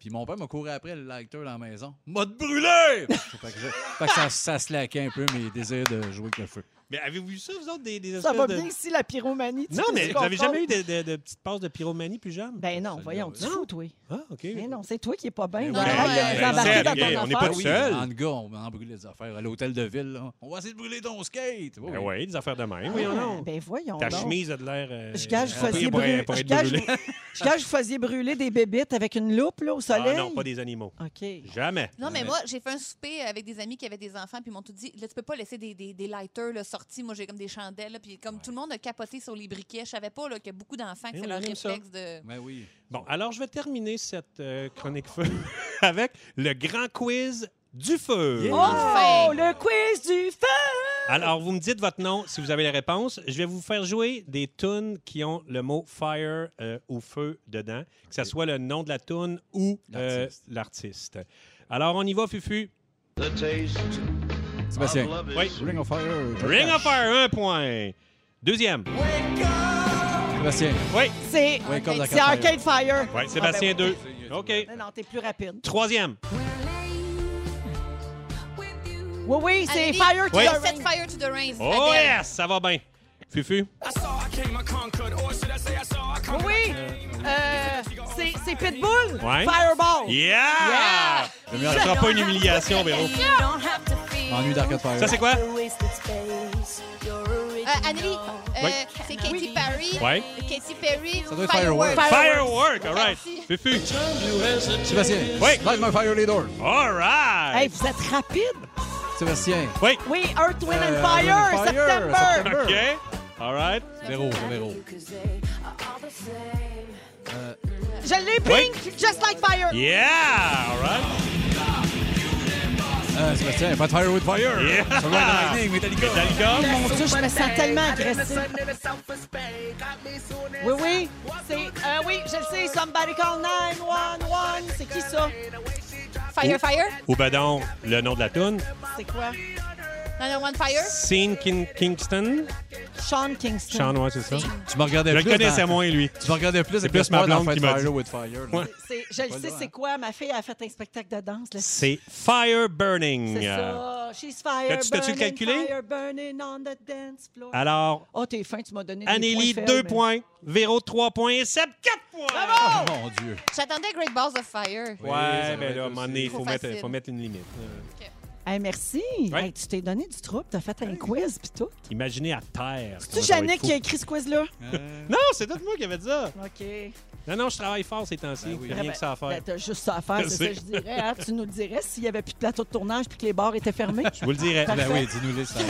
Puis mon père m'a couru après le lighter dans la maison. M'a te brûlé! fait que, je- fait que ça, ça slaquait un peu mes désirs de jouer avec le feu. Mais avez-vous vu ça, vous autres, des, des Ça espèces va de... bien ici, la pyromanie. tu Non, sais, mais tu vous n'avez comprends? jamais eu de, de- de petites passes de pyromanie plus jeune? Ben non, Celui-là, voyons, oui. tu te fous, toi. ah, OK. Mais non, c'est toi qui n'es pas bien. Non, Val. ben, Ah, ben, embarqué dans sérieux, ton on n'est pas affaire. tout seul. En gars, on en brûlait des affaires. À l'hôtel de ville, là, on va essayer de brûler ton skate. Oui, Ben oui. oui, des affaires de même. Voyons donc. Ben voyons Ta donc. chemise a de l'air... euh, Je gage, je remplie faisiez pour- brûler, pour je être gage- brûlée. je gage, je faisiez brûler des bébites avec une loupe là, au Ah soleil. non, pas des animaux. OK. Jamais. Non, mais moi, j'ai fait un souper avec des amis qui avaient des enfants, puis ils m'ont tout dit là, tu peux pas laisser des, des, des lighters là, sortis. Moi, j'ai comme des chandelles, là, puis comme tout le monde a capoté sur les briquets, je savais pas là, qu'il y a beaucoup d'enfants que Mais c'est on leur aime Eh ça. réflexe de. Ben oui. Bon, alors je vais terminer cette euh, chronique feu avec le grand quiz du feu. Oh, Enfin. le quiz du feu! Alors, vous me dites votre nom si vous avez la réponse. Je vais vous faire jouer des tunes qui ont le mot fire euh, ou feu dedans, que ce soit le nom de la tune ou euh, L'artiste. l'artiste. Alors, on y va, Fufu. Sébastien. Oui. Ring of Fire. Johnny Ring of Cash. Fire, un point. Deuxième. Sébastien. Oui. C'est Wake up the c'est Arcade Campfire. Fire. Ah, ben Ouais, Sébastien, deux. OK. Non, non, t'es plus rapide. Ah, ben Troisième. Oui, oui, c'est Allez, Fire to Oui. the Set Ring. fire to the rains. Oh Adèle. yes, ça va bien. Fufu. Oui, oui. Euh, c'est- c'est Pitbull. Ouais. Fireball. Yeah! Ça sera pas une humiliation, Véro. Ennui d'Arcade Fire. Ça, c'est quoi? Euh, Anneli, euh, Oui. c'est Katy Perry. Euh, Ouais. Katy Perry. Ça doit être Fireworks. Fireworks. Firework, all right. Merci. Fufu. Sébastien. Oui. Light my fire, les doors. All Hey, right. vous êtes rapide. Sébastien. Oui. Oui, Earth, Wind and Euh, Fire, Wind and Fire, September. September. OK. All right. Véro, Véro. Je l'ai pink, just like fire. Yeah! All right. Ah, Euh, Sébastien, pas de fire with fire. Yeah. Ça va être lightning, Metallica. Metallica. Mon Dieu, je me sens tellement agressive. Oui, oui, c'est... euh, oui, je le sais, Somebody Call 911. C'est qui ça? Fire, fire. Oh. Ou ben donc, le nom de la toune, C'est quoi? Another one fire. Sean Kin- Kingston. Sean Kingston. Sean, ouais, c'est ça. Tu me regardais Je le plus. connaissais dans- moins, lui. Tu me regardais plus. C'est C'est plus plus ma blonde qui m'a dit. Fire with fire. là. Ouais. C'est- je le Pas sais, loin, c'est hein. quoi? Ma fille a fait un spectacle de danse. là. C'est Fire Burning. C'est ça. She's fire T'as-tu- t'as-tu burning, calculé? fire burning on the dance floor. Alors, Oh, t'es fin, tu m'as donné des Anneli, points deux faibles. points. Véro, trois points. Et Seb, quatre points. Oh mon Dieu. Ah, J'attendais Great Balls of Fire. Ouais, ben là, à un mon moment donné, il faut Trop mettre, facile. faut mettre une limite. Hey, merci. Ouais. Hey, tu t'es donné du trouble, t'as fait un quiz puis tout. Imaginez à terre. C'est-tu comment ça va être Yannick fou. qui a écrit ce quiz-là? Euh, Non, c'est peut-être moi qui avait dit ça. OK. Non, non, je travaille fort ces temps-ci. Ben oui. J'ai rien que ça à faire. Ben, t'as juste ça à faire, Je c'est ça que sais. je dirais. hein. Tu nous dirais s'il n'y avait plus de plateau de tournage puis que les bars étaient fermés. je vous le dirai. ben oui, dis-nous les ça.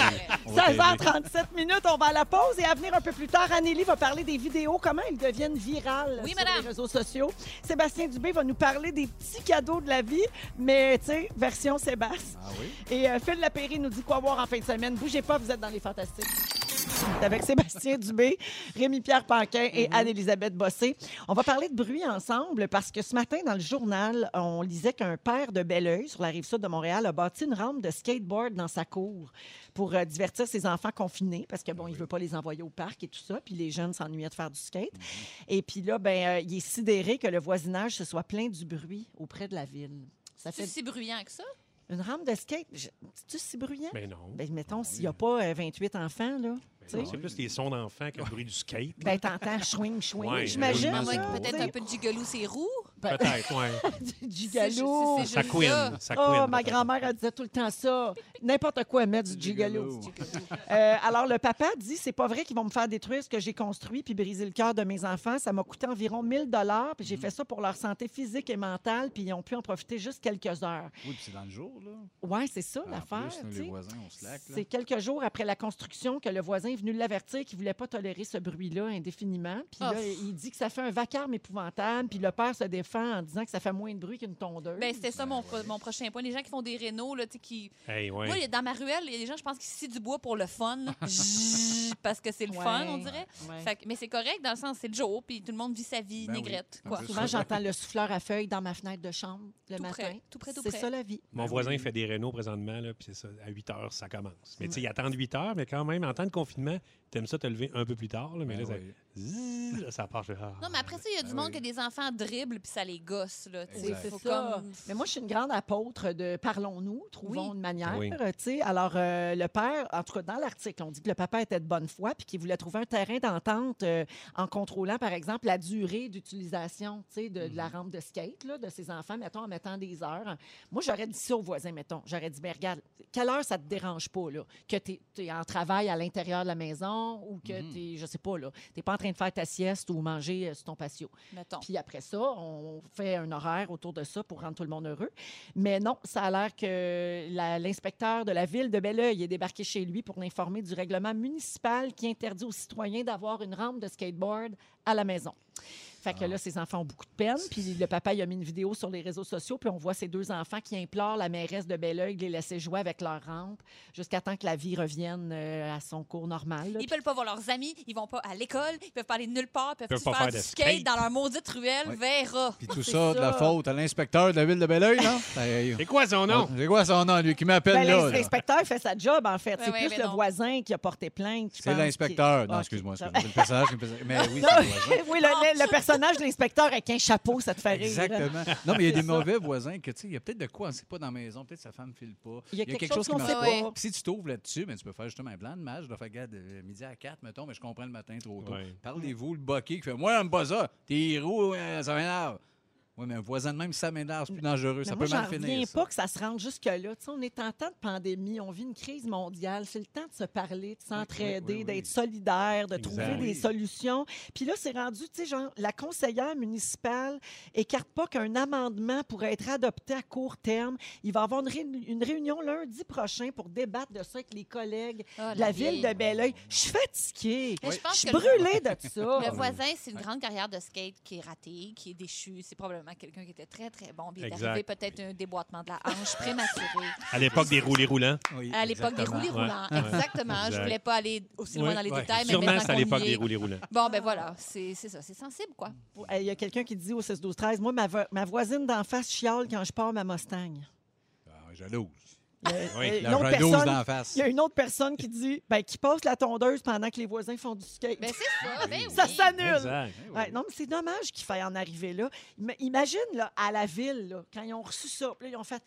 on va t'aider. 16h37 minutes, on va à la pause et à venir un peu plus tard, Anneli va parler des vidéos, comment elles deviennent virales Oui, sur madame. les réseaux sociaux. Sébastien Dubé va nous parler des petits cadeaux de la vie, mais tu sais, version Sébastien. Ah oui? Et euh, Phil Lapéry nous dit quoi voir en fin de semaine. Bougez pas, vous êtes dans les fantastiques. C'est Avec Sébastien Dubé, Rémi-Pierre Panquin et Anne-Élisabeth Bossé. On va parler de bruit ensemble parce que ce matin, dans le journal, on lisait qu'un père de Belleuil, sur la rive sud de Montréal, a bâti une rampe de skateboard dans sa cour pour euh, divertir ses enfants confinés parce que, bon, il veut pas les envoyer au parc et tout ça. Puis les jeunes s'ennuyaient de faire du skate. Et puis là, ben, euh, il est sidéré que le voisinage se soit plein du bruit auprès de la ville. Ça C'est fait si bruyant que ça? une rampe de skate, je- c'est-tu si bruyant? Mais non. Ben, mettons, s'il n'y a pas euh, 28 enfants, là, tu sais, C'est plus les sons d'enfants que le bruit du skate. ben, t'entends chouing, chouing, Ouais, j'imagine. Ah, À moins là, que tu Peut-être sais. un peu de gigolo, c'est roux. Peut-être, ouais. Du- du gigolo. Ben, C'est- c'est- Ça Je- couine. Ça Oh, couine, ma peut-être. grand-mère, elle disait tout le temps ça. N'importe quoi, mettre du gigolo. gigolo. Euh, alors, le papa dit c'est pas vrai qu'ils vont me faire détruire ce que j'ai construit puis briser le cœur de mes enfants. Ça m'a coûté environ 1000 dollars Mm-hmm. puis j'ai fait ça pour leur santé physique et mentale, puis ils ont pu en profiter juste quelques heures. Oui, puis c'est dans le jour, là. Ouais, c'est ça, En l'affaire. plus, nous, tu les sais. voisins, on se laque, là. C'est quelques jours après la construction que le voisin est venu l'avertir qu'il ne voulait pas tolérer ce bruit-là indéfiniment. Puis là, Oh. il dit que ça fait un vacarme épouvantable. Puis le père se défend en disant que ça fait moins de bruit qu'une tondeuse. Ben, c'était ça mon, pro- mon prochain point. Les gens qui font des rénaux, là, tu sais, qui. Hey, ouais. Moi, dans ma ruelle, il y a des gens, je pense, qui scient du bois pour le fun. Zzz, parce que c'est le Ouais. fun, on dirait. Ouais. Fait que- mais c'est correct dans le sens, c'est le jour, puis tout le monde vit sa vie, Ben oui. négrette. En Quoi. plus, Souvent, j'entends le souffleur à feuilles dans ma fenêtre de chambre le Tout matin. près, tout près, tout C'est près. ça la vie. Mon voisin fait des rénaux présentement, là, puis c'est ça, à 8 heures, ça commence. Mais tu sais, ils attendent 8 heures, mais quand même, en temps de confinement, t'aimes ça te lever un peu plus tard, là, mais là, Ben ça, oui. Ah, Zzz, là, ça part. je- ah. Non, mais après ça, il y a du Ben monde oui. que des enfants dribblent, puis ça les gosse. Là, tu sais. C'est Exact. c'est Faut ça. comme- Mais moi, je suis une grande apôtre de parlons-nous, trouvons Oui. une manière. Oui. tu sais. Alors, euh, le père, en tout cas, dans l'article, on dit que le papa était de bonne foi puis qu'il voulait trouver un terrain d'entente euh, en contrôlant, par exemple, la durée d'utilisation tu sais, de, de la rampe de skate là, de ses enfants, mettons, en mettant des heures. Moi, j'aurais dit ça aux voisins, mettons. J'aurais dit, mais regarde, quelle heure ça te dérange pas, là, que tu es, en travail à l'intérieur de la maison ou que Mhm. tu es, je sais pas, là, tu pas en train de faire ta sieste ou manger euh, sur ton patio. Mettons. Puis après ça, on fait un horaire autour de ça pour rendre tout le monde heureux. Mais non, ça a l'air que la- l'inspecteur de la ville de Belleuil est débarqué chez lui pour l'informer du règlement municipal qui interdit aux citoyens d'avoir une rampe de skateboard à la maison. Fait que là, ses enfants ont beaucoup de peine. Puis le papa, il a mis une vidéo sur les réseaux sociaux. Puis on voit ces deux enfants qui implorent la mairesse de Belleuil de les laisser jouer avec leur rampe jusqu'à temps que la vie revienne euh, à son cours normal. là. Ils peuvent pas voir leurs amis, ils vont pas à l'école, ils peuvent pas aller nulle part, ils peuvent, peuvent pas faire, du skate, skate. dans leur maudite ruelle, Ouais. verra. Oh, Puis tout C'est ça, de la ça. faute à l'inspecteur de la ville de Belleuil, non? Ben, C'est quoi son nom? C'est quoi son nom, lui, qui m'appelle Ben, là? là? l'inspecteur fait sa job, en fait. Ouais, c'est ouais, plus mais le non. voisin qui a porté plainte. je C'est pense, l'inspecteur. qui- Non, Ah, excuse-moi, qui- excuse-moi. C'est le personnage, c'est le personnage. Mais oui, c'est le voisin. oui, le, le- le personnage de l'inspecteur avec un chapeau, ça te fait rire. Exactement. Non, mais il y a des mauvais voisins que, tu sais, il y a peut-être de quoi, on ne sait pas dans la maison, peut-être sa femme ne file pas. Il y a quelque chose qu'on marche sait pas. Puis Si tu t'ouvres là-dessus, mais tu peux faire justement un plan de match. De faire, regarde, euh, midi à 4, mettons, mais je comprends le matin trop tôt. Ouais. Parlez-vous, le boquet qui fait, moi, j'aime pas ça. Tes roues, euh, ça m'énerve. Oui, mais un voisin de même, ça m'énerve, c'est plus dangereux. Mais ça moi, peut mal j'en finir. reviens ça. pas que ça se rende jusque-là. Tu sais, on est en temps de pandémie, on vit une crise mondiale. C'est le temps de se parler, de s'entraider, oui, oui. d'être solidaire, de Exact. trouver des Oui. solutions. Puis là, c'est rendu, tu sais, genre, la conseillère municipale écarte pas qu'un amendement pourrait être adopté à court terme. Il va y avoir une, réun- une réunion lundi prochain pour débattre de ça avec les collègues Ah, de la ville de Belleuil. Je suis fatiguée. Mais je Je pense suis que le- brûlée de ça. Le voisin, c'est une grande carrière de skate qui est ratée, qui est déchue. C'est probablement quelqu'un qui était très, très bon. puis Il est Exact. arrivé peut-être un déboîtement de la hanche prématuré. À l'époque des roulés roulants. Oui, À l'époque des exactement. roulis roulants. Ouais. Exactement. Je Exact. voulais pas aller aussi loin Ouais, dans les ouais. détails, mais Sûrement, maintenant c'est à qu'on l'époque y des est- roulés roulants. Bon, ben voilà, c'est c'est ça. C'est sensible, quoi. Euh, Il y a quelqu'un qui dit au 16 12 13 Moi, ma, vo- ma voisine d'en face chiale quand je pars ma Mustang. Ah, jalouse. Oui, Une La autre jalouse Euh, personne- d'en face. Il y a une autre personne qui dit ben, qui passe la tondeuse pendant que les voisins font du skate. Ben c'est ça. Ben oui. ça s'annule. Exact. Eh oui. Ouais, non, mais c'est dommage qu'il faille en arriver là. Ima- Imagine là, à la ville, là, quand ils ont reçu ça, puis là, ils ont fait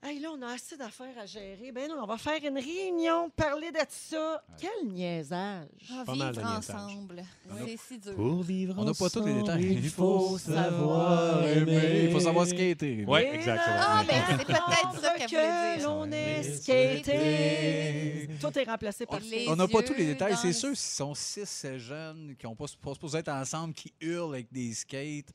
Hey, là, on a assez d'affaires à gérer. Ben non, on va faire une réunion, parler de ça. Quel niaisage! Ah, Pas mal de vivre niaisage. ensemble. C'est si dur. Pour vivre On n'a pas tous les détails. Il faut savoir skater. Oui, Et Ah, exactement. ben, c'est peut-être ça qu'elle voulait que dire. l'on est Mais skaté. Tout est remplacé par Les On n'a pas yeux tous les détails. dans le- C'est sûr, s'ils sont six ces jeunes qui n'ont pas pas supposé être ensemble, qui hurlent avec des skates,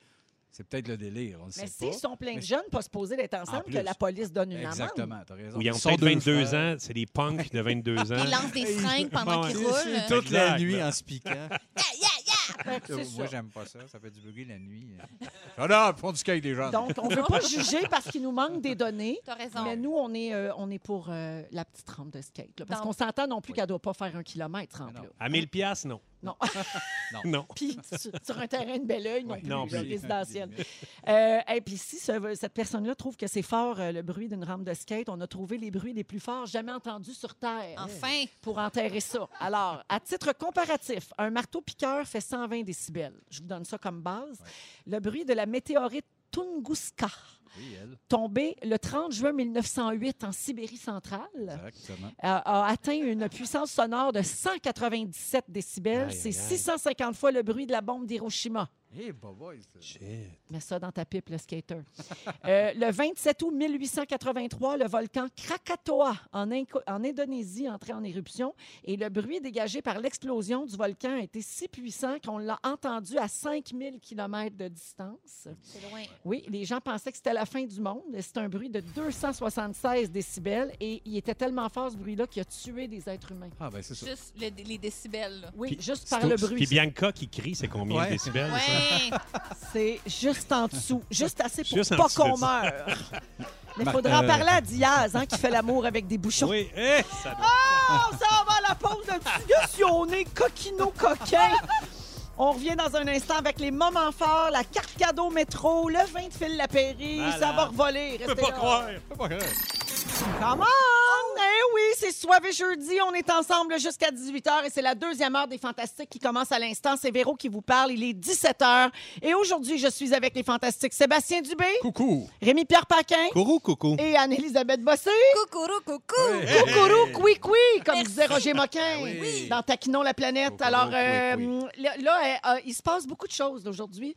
c'est peut-être le délire. On ne Mais sait s'ils pas. sont plein de Mais- jeunes, pas supposés d'être ensemble, que plus. la police donne une amende. Exactement, t'as raison. Ou ils ont Ils sont peut-être deux 22 frères. ans, c'est des punks de 22 ans. Ils lancent des fringues pendant Ouais. qu'ils Hein? C'est roulent. sûr. Toute la Exact. nuit en se piquant. Yeah, yeah, yeah. C'est ça. Moi, j'aime pas ça. Ça fait du bruit la nuit. Ah non, font du skate les gens. Donc, on ne veut pas juger parce qu'il nous manque des données. T'as raison. Mais nous, on est, euh, on est pour euh, la petite rampe de skate. là, parce Donc- qu'on s'entend non plus Oui. qu'elle ne doit pas faire un kilomètre, rampe. Mais non. là. À 1000 piastres, non. Non. Non. Puis sur sur un terrain de bel oeil non Ouais, plus, non là, plus. résidentiel. Euh, et puis si ce- cette personne-là trouve que c'est fort euh, le bruit d'une rampe de skate, on a trouvé les bruits les plus forts jamais entendus sur Terre Ah. Enfin. pour enterrer ça. Alors, à titre comparatif, un marteau-piqueur fait 120 décibels. Je vous donne ça comme base. Le bruit de la météorite Tunguska, Oui, elle. tombée le 30 juin 1908 en Sibérie centrale, Exactement. a, a atteint une puissance sonore de 197 décibels. Aïe, C'est aïe, aïe. 650 fois le bruit de la bombe d'Hiroshima. Eh, boy, c'est Mets ça dans ta pipe, le skater. Euh, le 27 août 1883, le volcan Krakatoa en, Inco- en Indonésie entrait en éruption et le bruit dégagé par l'explosion du volcan a été si puissant qu'on l'a entendu à 5000 km de distance. C'est loin. Oui, les gens pensaient que c'était la fin du monde. C'est un bruit de 276 décibels et il était tellement fort ce bruit-là qu'il a tué des êtres humains. Ah, ben, c'est ça. Juste le- les décibels. là. Oui, Puis- juste par le bruit. Puis Bianca qui crie, c'est combien Ouais. de décibels? ça? Ouais. C'est juste en dessous, juste assez pour Juste en pas dessous de qu'on ça. meure. Mais il Marc- faudra en euh, parler à Diaz, hein, qui fait l'amour avec des bouchons. Ah, Oui, eh, ça doit- On s'en va à la pause de petit gars si on est coquino-coquin. On revient dans un instant avec les moments forts, la carte cadeau métro, le vin de fil Lapéry, Malade. ça va revoler. Je peux Restez pas là. croire. Come on! Eh oui, c'est soir et jeudi. On est ensemble jusqu'à 18h et c'est la deuxième heure des Fantastiques qui commence à l'instant. C'est Véro qui vous parle. Il est 17h. Et aujourd'hui, je suis avec les Fantastiques Sébastien Dubé, Coucou. Rémi-Pierre Paquin Courou, coucou. et Anne-Élisabeth Bossé. Coucourou, coucou. Coucourou, oui, comme disait Roger Moquin Ben oui. dans Taquinons la planète. Coucourou, Alors, couic, euh, couic. là, là, euh, il se passe beaucoup de choses aujourd'hui.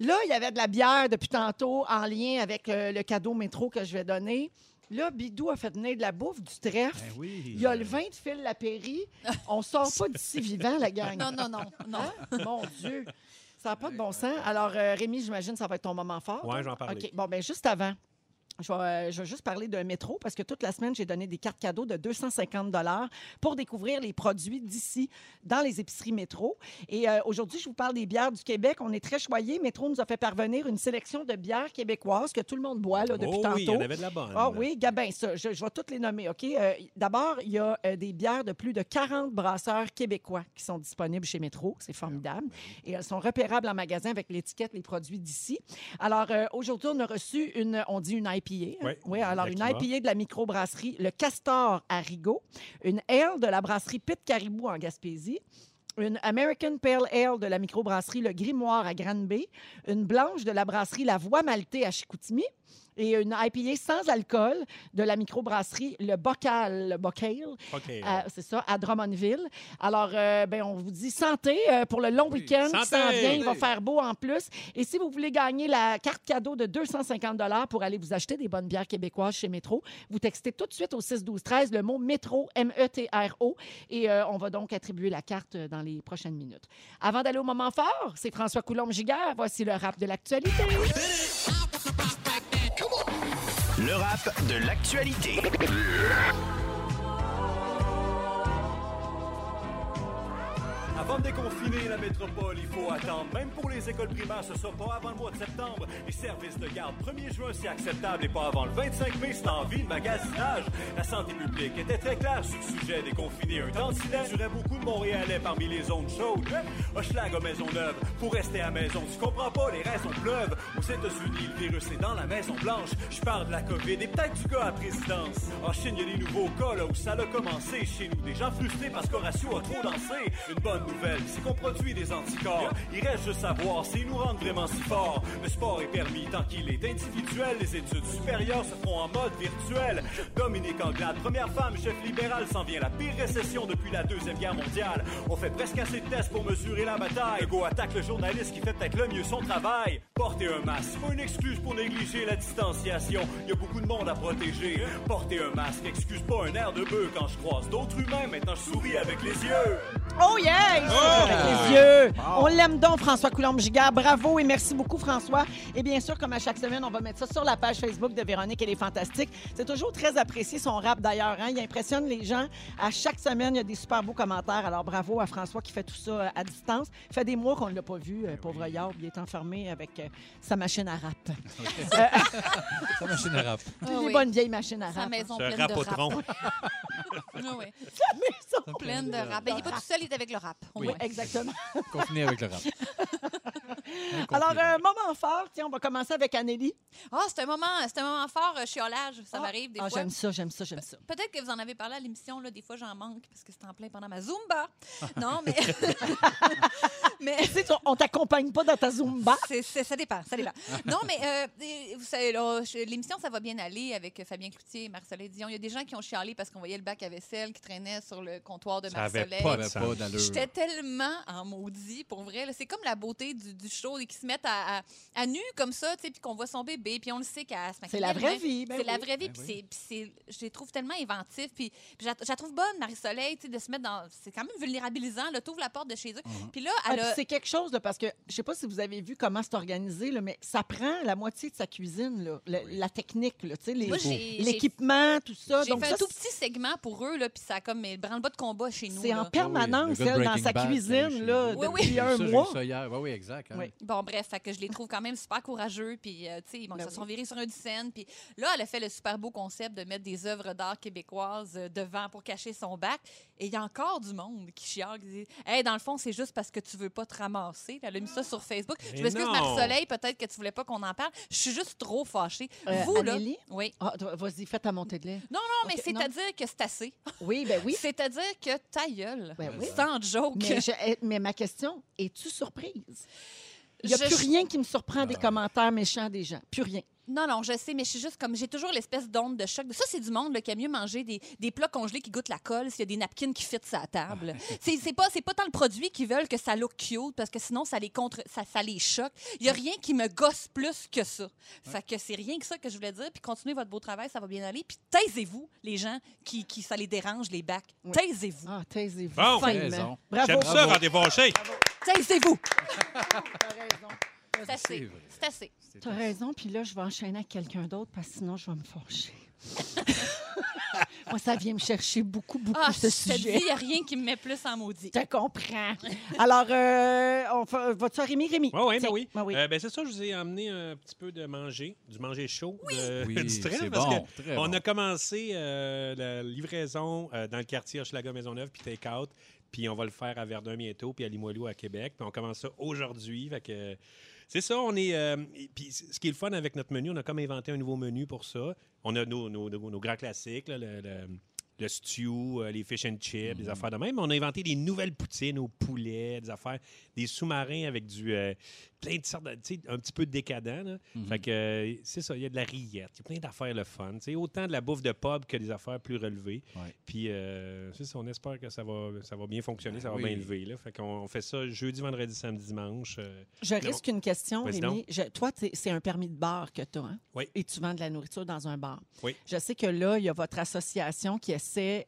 Là, il y avait de la bière depuis tantôt en lien avec euh, le cadeau métro que je vais donner. Là, Bidou a fait venir de la bouffe, du trèfle. Ben oui. Il y a le vin de Phil Lapéry. On sort pas d'ici vivant, la gang. Non, non, non. non. Hein? Mon Dieu. Ça n'a pas de bon sens. Alors, euh, Rémi, j'imagine ça va être ton moment fort. Ouais, toi? je vais en parler. OK. Bon, bien, juste avant, je vais, euh, je vais juste parler d'un métro parce que toute la semaine, j'ai donné des cartes cadeaux de 250 pour découvrir les produits d'ici dans les épiceries métro. Et euh, aujourd'hui, je vous parle des bières du Québec. On est très choyés. Métro nous a fait parvenir une sélection de bières québécoises que tout le monde boit là, depuis oh tantôt. oui, il y en avait de la bonne. Ah oui, Gabin, ça, je, je vais toutes les nommer, OK? Euh, D'abord, il y a euh, des bières de plus de 40 brasseurs québécois qui sont disponibles chez Métro. C'est formidable. Et elles sont repérables en magasin avec l'étiquette, les produits d'ici. Alors, euh, aujourd'hui, on a reçu une, on dit une IPA. hein? Ouais, oui, alors la une qui va. IPA de la microbrasserie Le Castor à Rigaud, une ale de la brasserie Pit Caribou en Gaspésie, une American Pale Ale de la microbrasserie Le Grimoire à Granby, une blanche de la brasserie La Voix Maltée à Chicoutimi et une IPA sans alcool de la microbrasserie Le Bocal, le Bocal, OK. à- c'est ça, à Drummondville. Alors, euh, ben, on vous dit santé euh, pour le long Oui. week-end qui s'en Santé! vient. Il va Santé! faire beau en plus. Et si vous voulez gagner la carte cadeau de 250 pour aller vous acheter des bonnes bières québécoises chez Métro, vous textez tout de suite au 6-12-13 le mot Métro, E M-E-T-R-O, et euh, on va donc attribuer la carte euh, dans les prochaines minutes. Avant d'aller au moment fort, c'est François Coulombe-Giguère. Voici le rap de l'actualité. Le rap de l'actualité. Avant de déconfiner la métropole, il faut attendre. Même pour les écoles primaires, ce sera pas avant le mois de septembre. Les services de garde 1er juin, c'est acceptable et pas avant le 25 mai, c'est en vie de magasinage. La santé publique était très claire sur le sujet. Déconfiner un temps de silence durait beaucoup de Montréalais parmi les zones chaudes. Hochelag à Maisonneuve, pour rester à maison, tu comprends pas, les raisons pleuvent. Aux États-Unis, le virus est dans la Maison Blanche. Je parle de la COVID et peut-être du cas à présidence. En Chine, il y a des nouveaux cas là où ça a commencé. Chez nous, des gens frustrés parce qu'Horatio a trop dansé. Une bonne nouvelle. nouvelle, c'est qu'on produit des anticorps. Il reste juste à voir s'ils nous rendent vraiment si forts. Le sport est permis tant qu'il est individuel. Les études supérieures se font en mode virtuel. Dominique Anglade, première femme chef libérale, s'en vient la pire récession depuis la Deuxième Guerre mondiale. On fait presque assez de tests pour mesurer la bataille. Legault attaque le journaliste qui fait peut-être le mieux son travail. Portez un masque, c'est pas une excuse pour négliger la distanciation. Il y a beaucoup de monde à protéger. Portez un masque, excuse pas un air de bœuf quand je croise d'autres humains. Maintenant, je souris avec les yeux. Oh yeah! Il sourit avec les yeux. On l'aime donc, François Coulombe-Gigard. Bravo et merci beaucoup, François. Et bien sûr, comme à chaque semaine, on va mettre ça sur la page Facebook de Véronique. Elle est fantastique. C'est toujours très apprécié, son rap d'ailleurs. hein. Il impressionne les gens. À chaque semaine, il y a des super beaux commentaires. Alors bravo à François qui fait tout ça euh, à distance. Ça fait des mois qu'on ne l'a pas vu, euh, pauvre Yarb. Il est enfermé avec euh, sa machine à rap. Ça machine à rap. Une Ah oui. bonne vieille machine à Sa rap. maison Ce pleine rapotron. de rap. Ah oui, Sa maison. pleine de rap. Ben, il n'est pas tout seul, il est avec le rap. au Oui. moins. Exactement. Confiné avec le rap. Alors, euh, moment fort. Tiens, on va commencer avec Anélie. Ah, c'est un moment, c'est un moment fort, euh, chiolage, ça m'arrive des Ah, fois. j'aime ça, j'aime ça, j'aime ça. Peut-être que vous en avez parlé à l'émission, là, des fois j'en manque parce que c'est en plein pendant ma Zumba. Non, mais, mais Tu sais, on t'accompagne pas dans ta Zumba. C'est- c'est- ça dépend, ça dépend. Non, mais euh, et vous savez, là, je- l'émission, ça va bien aller avec euh, Fabien Cloutier et Marcelin Dion. Il y a des gens qui ont chialé parce qu'on voyait le bac à vaisselle qui traînait sur le comptoir de Ça avait Marcelin. pas Pas de sens. pas d'allure. J'étais tellement en maudit, pour vrai. là. C'est comme la beauté du, du show, et qu'ils se mettent à, à- à nu comme ça, tu sais, puis qu'on voit son bébé, puis on le sait qu'à se C'est maquiller, la vraie hein. vie. ben c'est la oui. vraie vie, puis c'est- puis c'est- je les trouve tellement inventifs, puis puis je la- je la trouve bonne, Marie-Soleil, tu sais, de se mettre dans... C'est quand même vulnérabilisant, là, t'ouvres la porte de chez eux. Puis là, Ah, elle puis a... c'est quelque chose, là, parce que je sais pas si vous avez vu comment c'est organisé, là, mais ça prend la moitié de sa cuisine, là, le- la technique, là, tu sais, les- Moi, j'ai- j'ai- l'équipement, tout ça. J'ai Donc, fait ça, un tout petit segment pour eux, là, puis ça a comme mais branle-bas de combat chez nous. c'est en là. permanence, Le gars de elle, dans Breaking sa Bad, cuisine, là, là, chez nous. Oui, oui. depuis J'ai un vu ça, j'ai mois. vu ça hier. Oui, oui, exact. hein. Oui. Bon, bref, fait que je les trouve quand même super courageux, puis euh, tu sais, bon, ils Ben se oui. sont virés sur un scène. Puis là, elle a fait le super beau concept de mettre des œuvres d'art québécoises euh, devant pour cacher son bac. Et il y a encore du monde qui chiale, qui dit Hey, dans le fond, c'est juste parce que tu veux pas te ramasser. Elle a mis ça sur Facebook. Mais je m'excuse, non. Marie-Soleil, peut-être que tu voulais pas qu'on en parle. Je suis juste trop fâchée. Euh, Vous, là. Amélie? Oui. Ah, toi, vas-y, fais ta montée de lait. Non, non, mais Ok, non. c'est-à-dire que c'est assez. Oui, ben oui. C'est-à-dire que ta gueule. Ben oui. Sans joke. Mais, je- eh, mais ma question, es-tu surprise? Il n'y a Je- plus rien qui me surprend Ah. des commentaires méchants des gens. Plus rien. Non, non, je sais, mais je suis juste comme. J'ai toujours l'espèce d'onde de choc. Ça, c'est du monde là, qui a mieux mangé des, des plats congelés qui goûtent la colle s'il y a des napkins qui fitent sa table. c'est c'est pas, c'est pas tant le produit qu'ils veulent que ça look cute parce que sinon, ça les, contre, ça, ça les choque. Il y a rien qui me gosse plus que ça. Fait que c'est rien que ça que je voulais dire. Puis continuez votre beau travail, ça va bien aller. Puis taisez-vous, les gens qui, qui ça les dérange, les bacs. Oui. Taisez-vous. Ah, taisez-vous. Bon. Finement. Raison. Bravo. Ah J'aime ça, Bravo. rendez fâché. Taisez-vous. T'as raison. C'est assez. vrai. C'est assez. T'as raison, puis là, je vais enchaîner avec quelqu'un d'autre parce que sinon, je vais me fâcher. Moi, ça vient me chercher beaucoup, beaucoup, Ah, ce je te dis, sujet. il n'y a rien qui me met plus en maudit. Je te comprends. Alors, euh, on fa- va-tu à Rémi? Rémi? Oui, oui, ben Tiens. oui. Ben oui. Euh, ben, c'est ça, je vous ai amené un petit peu de manger, du manger chaud, de- Oui, du train, c'est parce que bon, très on bon. a commencé euh, la livraison euh, dans le quartier Hochelaga Maisonneuve puis Take Out, puis on va le faire à Verdun bientôt, puis à Limoilou à Québec, puis on commence ça aujourd'hui. Fait que c'est ça, on est. euh, et puis c- ce qui est le fun avec notre menu, on a comme inventé un nouveau menu pour ça. On a nos, nos- nos- nos grands classiques, là, le, le- le stew, euh, les fish and chips, Mhm. des affaires de même. On a inventé des nouvelles poutines au poulet, des affaires, des sous-marins avec du euh, plein de sortes, de- tu sais, un petit peu décadent. là. Mhm. Fait que euh, c'est ça, il y a de la rillette, il y a plein d'affaires le fun. tu sais, autant de la bouffe de pub que des affaires plus relevées. Ouais. Puis euh, c'est ça, on espère que ça va, ça va bien fonctionner, Ben ça va oui. bien lever. Là. Fait qu'on on fait ça jeudi, vendredi, samedi, dimanche. euh, Je Non. risque une question, Vas-y Rémi. donc. Je- toi, t'es- c'est un permis de bar que tu as. Hein? Oui. Et tu vends de la nourriture dans un bar. Oui. Je sais que là, il y a votre association qui essaie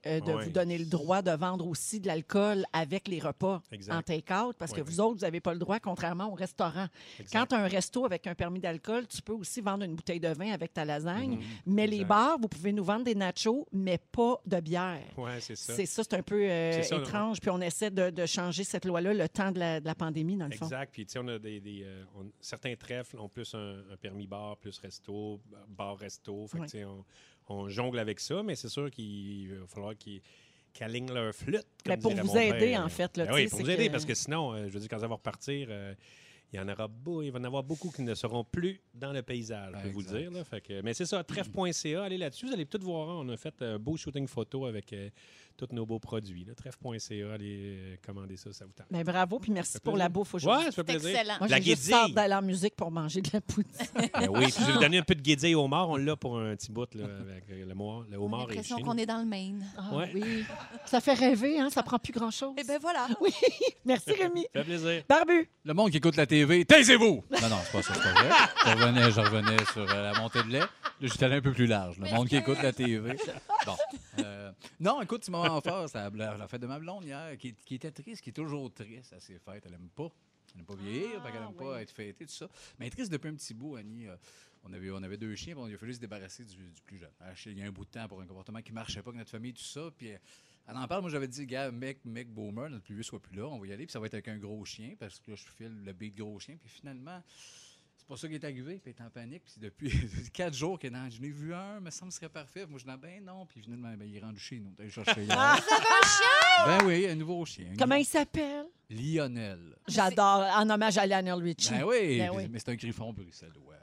euh, de Oui. vous donner le droit de vendre aussi de l'alcool avec les repas Exact. en take-out parce Oui, que oui. vous autres, vous n'avez pas le droit, contrairement au restaurant. exact. Quand tu as un resto avec un permis d'alcool, tu peux aussi vendre une bouteille de vin avec ta lasagne. Mhm. Mais les Exact. bars, vous pouvez nous vendre des nachos, mais pas de bière. Ouais, c'est ça. C'est ça, c'est un peu euh, C'est ça, étrange. Puis on essaie de, de changer cette loi-là le temps de la, de la pandémie, dans le fond. Exact. Puis, tu sais, on a des, des, euh, on- certains trèfles ont plus un, un permis bar, plus resto, bar-resto. Fait que, Ouais. tu sais, on, on jongle avec ça, mais c'est sûr qu'il va falloir qu'ils qu'ils alignent leur flûte. comme Ben, pour dirait vous mon aider, père. en fait, là, Ben tu sais, oui, pour c'est vous aider, que- parce que sinon, euh, je veux dire, quand ça va repartir, euh, il y en aura beau, il va y en avoir beaucoup qui ne seront plus dans le paysage, je peux vous Exact. dire. là. Fait que, mais c'est ça, trèfle.ca, allez là-dessus, vous allez tout voir. hein. On a fait un beau shooting photo avec euh, tous nos beaux produits. là. Trèfle.ca, allez euh, commander ça, ça vous tente. Mais Ben bravo, puis merci Ça fait pour plaisir. la bouffe aujourd'hui. Ouais, ça fait C'est plaisir. excellent. Moi, La j'ai juste guédille. hâte d'aller en musique pour manger de la poutine. Ben oui, puis je vais vous donner un peu de guédille au mort. On l'a pour un petit bout, là, avec euh, le, mort, le J'ai homard et l'impression qu'on est dans le Maine. Ah Ouais. oui. Ça fait rêver, hein? Ça prend plus grand-chose. Eh bien, voilà. Oui. Merci, Rémi. Fait plaisir. Barbu. Le monde qui écoute la TV, taisez-vous! Non, non, c'est pas ça, c'est pas vrai. Je revenais, je revenais sur euh, la montée de lait. Là, j'étais allé un peu plus large. Le monde qui écoute la TV. Bon. euh, non, écoute, ce moment fort, c'est la, la fête de ma blonde hier, qui, qui était triste, qui est toujours triste à ses fêtes. Elle aime pas. Elle n'aime pas vieillir, fait qu'elle Ah, n'aime pas être fêtée, tout ça. Mais elle est triste depuis un petit bout, Annie. euh, on avait, on avait deux chiens, puis on- il a fallu se débarrasser du, du plus jeune. Ah, Il y a un bout de temps pour un comportement qui ne marchait pas avec notre famille, tout ça. Puis euh, elle en parle, moi j'avais dit, gars, mec, mec, boomer, notre plus vieux soit plus là, on va y aller, puis ça va être avec un gros chien, parce que là, je file le beat gros chien. Puis finalement, c'est pour ça qu'il est arrivé, puis il est en panique, puis c'est depuis quatre jours qu'il est dans. J'en ai vu un, me semble que ce serait parfait. Moi, je dis, ben non, puis finalement, ben, il est rendu chez nous. T'as cherché hier. Ah. Ben oui, un nouveau chien. Ah! Comment il s'appelle? Lionel. J'adore. En hommage à Lionel Richie. Ben oui, Ben puis- oui. mais c'est un griffon bruxellois.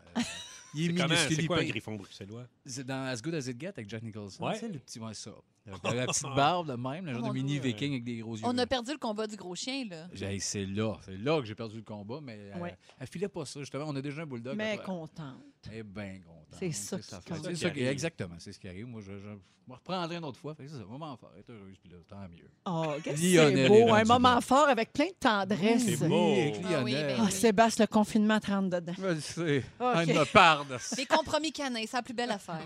Il C'est mis comment- de c'est quoi un Philippin. griffon bruxellois? C'est dans As Good As It Get avec Jack Nicholson. Ouais. Tu sais, le petit, ouais, ça. Avec La petite barbe, le même, le genre Oh, de mon mini Dieu. viking avec des gros yeux. On a perdu le combat du gros chien, là. J'ai- C'est là, c'est là que j'ai perdu le combat, mais euh, Ouais. elle filait pas ça, justement. On a déjà un bulldog. ben Mais après. contente. Elle est bien contente. C'est ça qui sa compte. fête. C'est C'est ça ça qui qui- arrive. exactement, c'est ce qui arrive. Moi, je, je me reprendrai une autre fois. Fait que C'est ça, moment fort. Elle est heureuse, puis là, tant mieux. Oh, qu'est-ce que Lionel c'est est beau. rendu Un là. moment fort avec plein de tendresse. C'est beau. Avec Ah oui, Lionel. ben Ah, Sébastien, le confinement te rentre dedans. Je le sais. Ah, Ok. Elle me parle. Les compromis canins, c'est la plus belle affaire.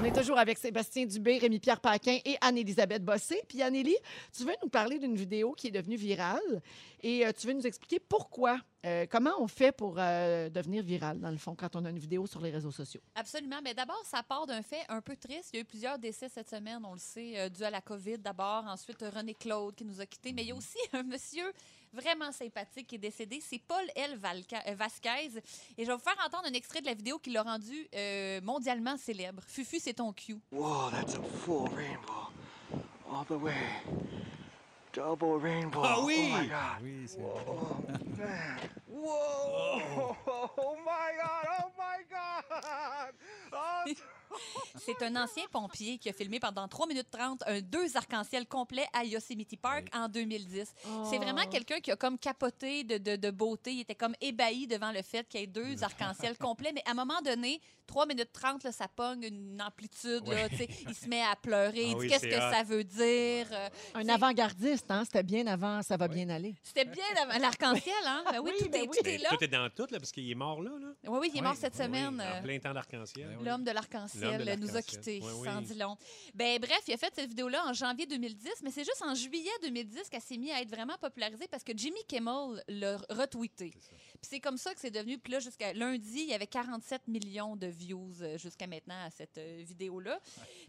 On est toujours avec Sébastien Dubé, Rémi-Pierre Paquin et Anne-Élisabeth Bossé. Puis, Annélie, tu veux nous parler d'une vidéo qui est devenue virale et euh, tu veux nous expliquer pourquoi, euh, comment on fait pour euh, devenir viral, dans le fond, quand on a une vidéo sur les réseaux sociaux. Absolument. Mais d'abord, ça part d'un fait un peu triste. Il y a eu plusieurs décès cette semaine, on le sait, euh, dû à la COVID d'abord. Ensuite, euh, René Claude qui nous a quittés. Mais il y a aussi un monsieur vraiment sympathique qui est décédé. C'est Paul L. Valca- euh, Vasquez. Et je vais vous faire entendre un extrait de la vidéo qui l'a rendu euh, mondialement célèbre. Fufu, c'est ton cue. Whoa, that's a full rainbow. All the way. Double rainbow. Ah oui! Oh my god. Whoa, Oh, man. Whoa! Oh my god! Oh my god! Oh, C'est un ancien pompier qui a filmé pendant 3 minutes 30 un deux arc-en-ciel complet à Yosemite Park en 2010. C'est Oh. Oh. vraiment quelqu'un qui a comme capoté de, de- de beauté. Il était comme ébahi devant le fait qu'il y ait deux arc-en-ciel complets. Mais à un moment donné, 3 minutes 30, là, ça pogne une amplitude. là, Ouais. tu sais. il se met à pleurer. Ah il dit oui, qu'est-ce c'est que hot. ça veut dire. Euh, Un avant-gardiste, hein? C'était bien avant, ça va bien aller. C'était bien avant- l'arc-en-ciel, hein? Ben oui, tout, est, tout est là. Tout est dans tout, là, parce qu'il est mort là. là. Oui, oui, Ben il est mort cette oui, Ah, semaine. euh, en plein temps d'arc-en-ciel. L'homme de Eh L'homme de l'arc-en-ciel l'arc-en-ciel. nous a quittés, Oui, oui. sans dit long. Ben, bref, il a fait cette vidéo-là en janvier 2010, mais c'est juste en juillet 2010 qu'elle s'est mise à être vraiment popularisée parce que Jimmy Kimmel l'a retweeté. Puis c'est comme ça que c'est devenu. Puis là, jusqu'à lundi, il y avait 47 millions de views euh, jusqu'à maintenant à cette euh, vidéo-là.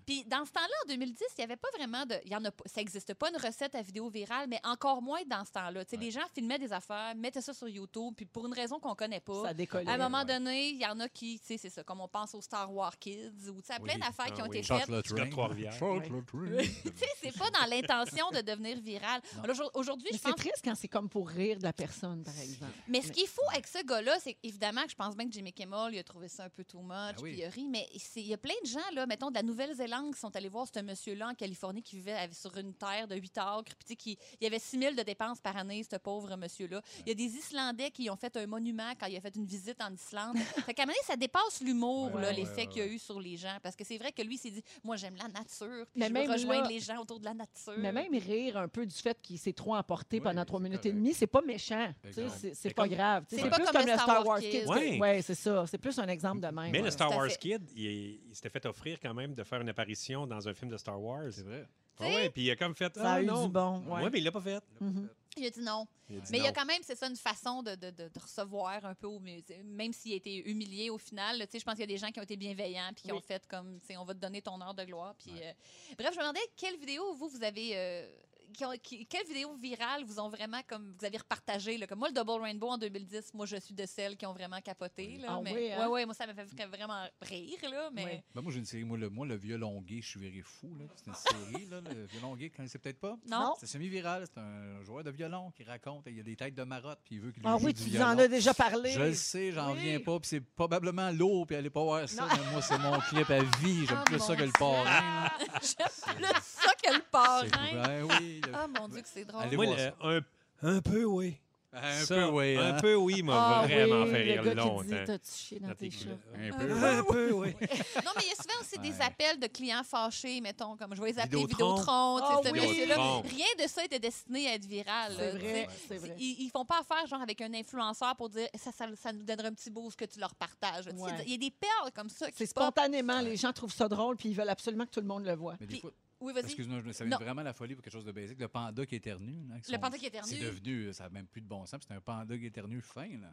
Puis dans ce temps-là, en 2010, il n'y avait pas vraiment de. Il y en a, pas- ça n'existe pas une recette à vidéo virale, mais encore moins dans ce temps-là. Tu sais, Les gens filmaient des affaires, mettaient ça sur YouTube, puis pour une raison qu'on ne connaît pas. Ça décollait. À un moment Ouais. donné, il y en a qui, tu sais, c'est ça, comme on pense aux Star Wars Kids, ou tu sais, à plein Oui. d'affaires qui Ah ont oui. été faites. Chocolate Rain. Chocolate Rain. tu sais, c'est pas dans l'intention de devenir viral. Alors, Aujourd'hui, Mais je c'est pense. triste quand c'est comme pour rire de la personne, par exemple. Mais ce qui est fou avec ce gars-là, c'est évidemment que je pense bien que Jimmy Kimmel, il a trouvé ça un peu too much, Ben oui. puis il a ri, mais c'est- il y a plein de gens, là, mettons, de la Nouvelle-Zélande qui sont allés voir ce monsieur-là en Californie qui vivait avec- sur une terre de 8 acres, puis tu sais, qui- il y avait 6 000 de dépenses par année, ce pauvre monsieur-là. Il y a des Islandais qui ont fait un monument quand il a fait une visite en Islande. fait qu'à un moment donné, ça dépasse l'humour, Ouais, là, ouais, l'effet ouais, qu'il y a eu sur les gens, parce que c'est vrai que lui, il s'est dit, moi, j'aime la nature, puis Mais je même veux rejoindre là- les gens autour de la nature. Mais même rire un peu du fait qu'il s'est trop emporté pendant trois minutes et demie, c'est pas méchant. Tu sais, Exact. C'est c'est C'est pas comme- grave. Tu sais, C'est plus comme, le Star Wars Kids. que- Ouais. Ouais, c'est ça. C'est plus un exemple de même. Mais ouais. le Star Wars Kid, il, est- il s'était fait offrir quand même de faire une apparition dans un film de Star Wars. C'est vrai. Ah ouais, puis il a comme fait. Ça a ah, eu non. du bon, ouais. mais il l'a pas fait. Mhm. Il a dit non. Il a dit mais il y a non. quand même, c'est ça, une façon de, de- de- de recevoir un peu, au mieux. même s'il a été humilié au final. là, tu sais, Je pense qu'il y a des gens qui ont été bienveillants puis qui Oui. ont fait comme, tu sais, on va te donner ton heure de gloire. Puis, euh, bref, je me demandais quelle vidéo vous, vous avez. euh, qui ont- qui- quelle vidéo virale vous ont vraiment comme vous avez repartagé là, comme moi le Double Rainbow en 2010 moi je suis de celles qui ont vraiment capoté là, Ah mais oui, hein? ouais, ouais, moi ça m'a fait vraiment rire là mais Ben, moi, j'ai une série. Moi, le, moi, le violon gay, je suis viré fou. là. C'est une série, là, le violon gay, vous connaissez peut-être pas? Non. C'est semi-viral. C'est un joueur de violon qui raconte. Il y a des têtes de marotte, puis il veut qu'il Ah joue oui, du tu violon. en as déjà parlé. Je le sais, j'en Oui. viens pas, puis c'est probablement lourd, puis allez pas voir ça. mais moi, c'est mon clip à vie. J'aime Ah, plus mon ça que le Dieu. parrain. là. J'aime plus ça que que le parrain. C'est- ben oui, le- Ah, mon Dieu, que c'est drôle. Moi, le- un, un peu, oui. ben, Un Ça, peu, oui, Un hein. peu, oui, m'a Ah vraiment oui, fait le rire gars qui longtemps. dit, T'as-tu chié dans tes Ah chats? Un peu, un peu, oui. Non, mais il y a souvent aussi des Ouais. appels de clients fâchés, mettons, comme je vais les appeler Vidéotron. Vidéotron. tu sais, Ah ce oui. monsieur-là. Vidéotron. Rien de ça était destiné à être viral. C'est là, tu vrai, sais. c'est vrai. Ils, ils font pas affaire genre avec un influenceur pour dire ça, ça, ça nous donnerait un petit boost que tu leur partages. Tu sais, Ouais. Il y a des perles comme ça qui C'est se passent. spontanément, les gens trouvent ça drôle puis ils veulent absolument que tout le monde le voit. Mais des fois- oui, vas-y. Excuse-moi, je me savais Non. vraiment la folie pour quelque chose de basique. Le panda qui éternue. là, qui Le sont- panda qui éternue. C'est devenu, ça n'a même plus de bon sens. puis C'est un panda qui éternue fin. Là.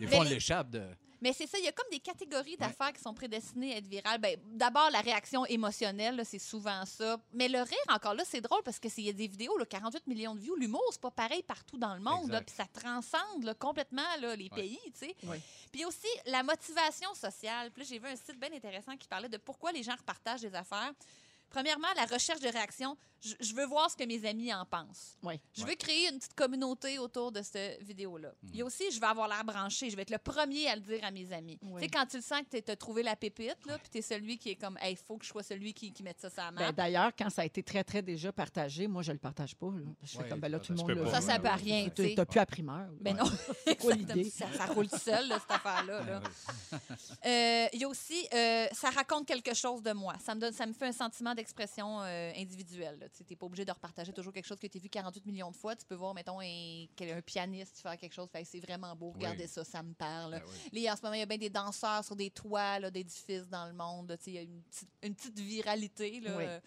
Des Mais fois, on les- l'échappe de. Mais c'est ça, il y a comme des catégories d'affaires qui sont prédestinées à être virales. Ben, D'abord, la réaction émotionnelle, là, c'est souvent ça. Mais le rire, encore là, c'est drôle parce que c'est- il y a des vidéos, là, 48 millions de views. L'humour, c'est pas pareil partout dans le monde. là, Exact. Puis ça transcende là, complètement là, les Ouais. pays. tu sais. Ouais. Puis aussi, la motivation sociale. Puis là, j'ai vu un site bien intéressant qui parlait de pourquoi les gens repartagent des affaires. Premièrement, la recherche de réaction. Je, je veux voir ce que mes amis en pensent. Je veux créer une petite communauté autour de cette vidéo-là. Il y a aussi, je vais avoir l'air branché. Je vais être le premier à le dire à mes amis. Oui. Tu sais, quand tu le sens que tu as trouvé la pépite, là, puis tu es celui qui est comme, il faut que je sois celui qui, qui mette ça sur la Ben, map. D'ailleurs, quand ça a été très, très déjà partagé, moi, je le partage pas. là. Je fais Ouais, comme, ben là, tu tout le partages monde pas. le Ça, voit. ça bat rien, Tu- tu sais. T'as plus à primeur. Ben non, C'est quoi l'idée? ça, ça roule tout seul, là, cette affaire-là. là. Euh, Il y a aussi, euh, ça raconte quelque chose de moi. Ça me, donne, ça me fait un sentiment d'expression euh, individuelle. là. Tu n'es pas obligé de repartager toujours quelque chose que tu as vu 48 millions de fois. Tu peux voir, mettons, un, quel- un pianiste faire quelque chose. Fait que c'est vraiment beau. Regardez Oui. ça, ça me parle. Ben oui. Là, en ce moment, il y a bien des danseurs sur des toits là, d'édifices dans le monde. Tu sais, Il y a une petite, une petite viralité. là. Oui. Euh,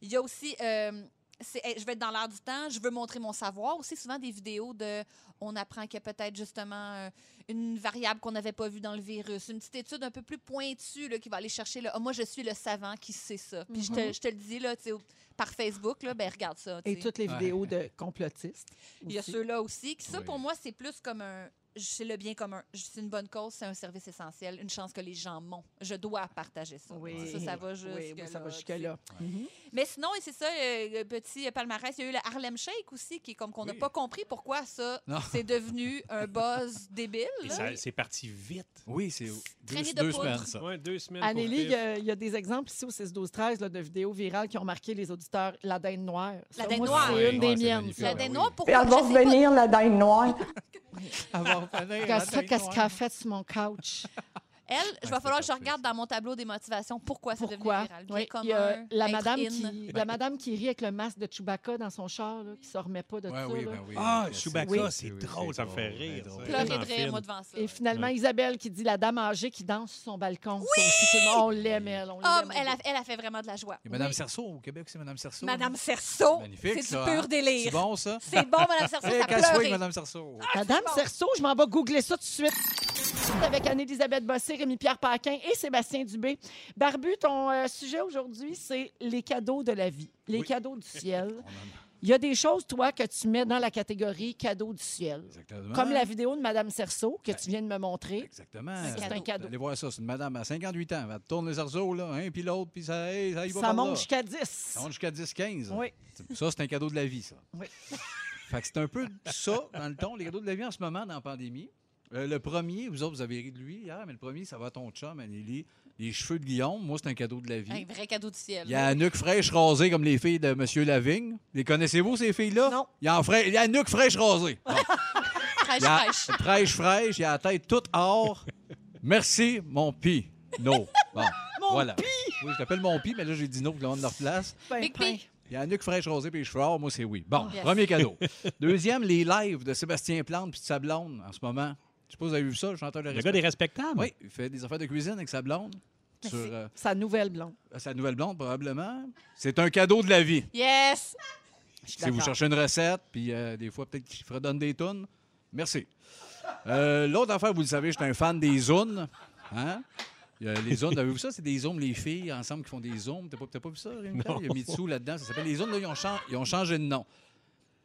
Il y a aussi... euh, c'est, hey, je vais être dans l'air du temps, je veux montrer mon savoir. Aussi, souvent des vidéos de on apprend qu'il y a peut-être justement euh, une variable qu'on n'avait pas vue dans le virus, une petite étude un peu plus pointue là, qui va aller chercher le Ah, moi, je suis le savant qui sait ça. Puis je, Mhm. te, je te le dis là, tu sais, au- par Facebook, là, ben, regarde ça. tu Et sais. toutes les vidéos de complotistes. Il y a aussi. ceux-là aussi. qui, ça, Oui. pour moi, c'est plus comme un. C'est le bien commun. Je- C'est une bonne cause, c'est un service essentiel, une chance que les gens m'ont. Je dois partager ça. Ça, ça Oui, va oui, jusque-là, ça va tu sais. jusque-là. Mhm. Mais sinon, et c'est ça, euh, le petit palmarès, il y a eu le Harlem Shake aussi, qui est comme qu'on n'a pas compris pourquoi ça, Non. c'est devenu un buzz débile. Et là. ça- c'est parti vite. Oui, c'est Traînée de deux poudre. semaines, ça. Ouais, deux semaines. Anneli, il pour y, a- il y a des exemples ici au 6-12-13 là, de vidéos virales qui ont marqué les auditeurs. La dinde noire. Ça, La dinde moi, noire. C'est Ouais, une ouais, des c'est miennes. magnifique. La Ah dinde noire, pourquoi? Puis elle va revenir, la dinde noire. Regarde ça, qu'est-ce qu'elle a fait sur mon couch? Elle, je vais falloir que je regarde dans mon tableau des motivations pourquoi, Ah, c'est devenu Quoi? viral. Bien Oui, commun, il y a la être madame, in. qui, la madame qui rit avec le masque de Chewbacca dans son char, là, qui ne se remet pas de Ouais, ça. oui, là. ben oui. Ah, Chewbacca, c'est drôle, ça me fait rire. ça. Pleurer de Tellement rire, moi, fine. devant ça. Et finalement, Isabelle qui dit la dame âgée qui danse sur son balcon. Ça aussi, tout le monde- on l'aime, elle. on Ah, l'aime, on elle, a, elle a fait vraiment de la joie. Et Madame Oui. Cerceau au Québec, c'est Madame Cerceau. Madame Cerceau, Magnifique, c'est ça, du pur hein? délire. C'est bon, ça? C'est bon, Madame Cerceau, Hey, ça Ah! qu'elle swing, pleurait. Madame Cerceau. Madame Cerceau, je m'en vais googler ça tout de suite. Avec Anne-Élisabeth Bossé, Rémi-Pierre Paquin et Sébastien Dubé. Barbu, ton euh, sujet aujourd'hui, c'est les cadeaux de la vie, les cadeaux du ciel. Il y a des choses, toi, que tu mets dans la catégorie cadeaux du ciel. Exactement. Comme la vidéo de Madame Cerceau que tu viens de me montrer. Exactement. C'est un cadeau. Allez voir ça, c'est une madame à 58 ans. Elle tourne les arceaux, là, un puis l'autre, puis ça, hey, ça y va Ça par là. monte jusqu'à 10. Ça monte jusqu'à 10, 15. Oui. Ça, c'est un cadeau de la vie, ça. Oui. Fait que c'est un peu ça, dans le ton, les cadeaux de la vie en ce moment, dans la pandémie. Euh, le premier, vous autres, vous avez ri de lui hier, mais le premier, ça va à ton chum, Anneli. Les cheveux de Guillaume, moi, c'est un cadeau de la vie. Un vrai cadeau du ciel. Il y a la nuque fraîche rasée comme les filles de M. Lavigne. Les connaissez-vous, ces filles-là? Non. Il y a, en fra- il y a la nuque fraîche rasée. Bon. Fraîche, Il y a- fraîche. Fraîche, fraîche. Il y a la tête toute or. Merci, mon pi. No. Bon, Mon voilà. pi! Oui, je t'appelle mon pi, mais là, j'ai dit no pour le monde de leur place. Big P. Il y a la nuque fraîche rosée puis les cheveux or, moi, c'est oui. Bon, Yes. premier cadeau. Deuxième, les lives de Sébastien Plante puis de sa blonde en ce moment. Je sais pas si vous avez vu ça, le chanteur de Le gars des respectables. Oui, il fait des affaires de cuisine avec sa blonde. Sur euh, Sa nouvelle blonde. sa nouvelle blonde, probablement. C'est un cadeau de la vie. Yes! Si vous cherchez une recette, puis euh, des fois, peut-être qu'il redonne des tonnes, merci. Euh, L'autre affaire, vous le savez, je suis un fan des zones. Hein? Il y a les zones, avez-vous ça? C'est des zones, les filles ensemble qui font des zones. T'as pas, t'as pas vu ça, Rémi Pierre? Il y a Non. Mitsou là-dedans. Ça s'appelle les zones. Là, ils, ont chan- ils ont changé de nom.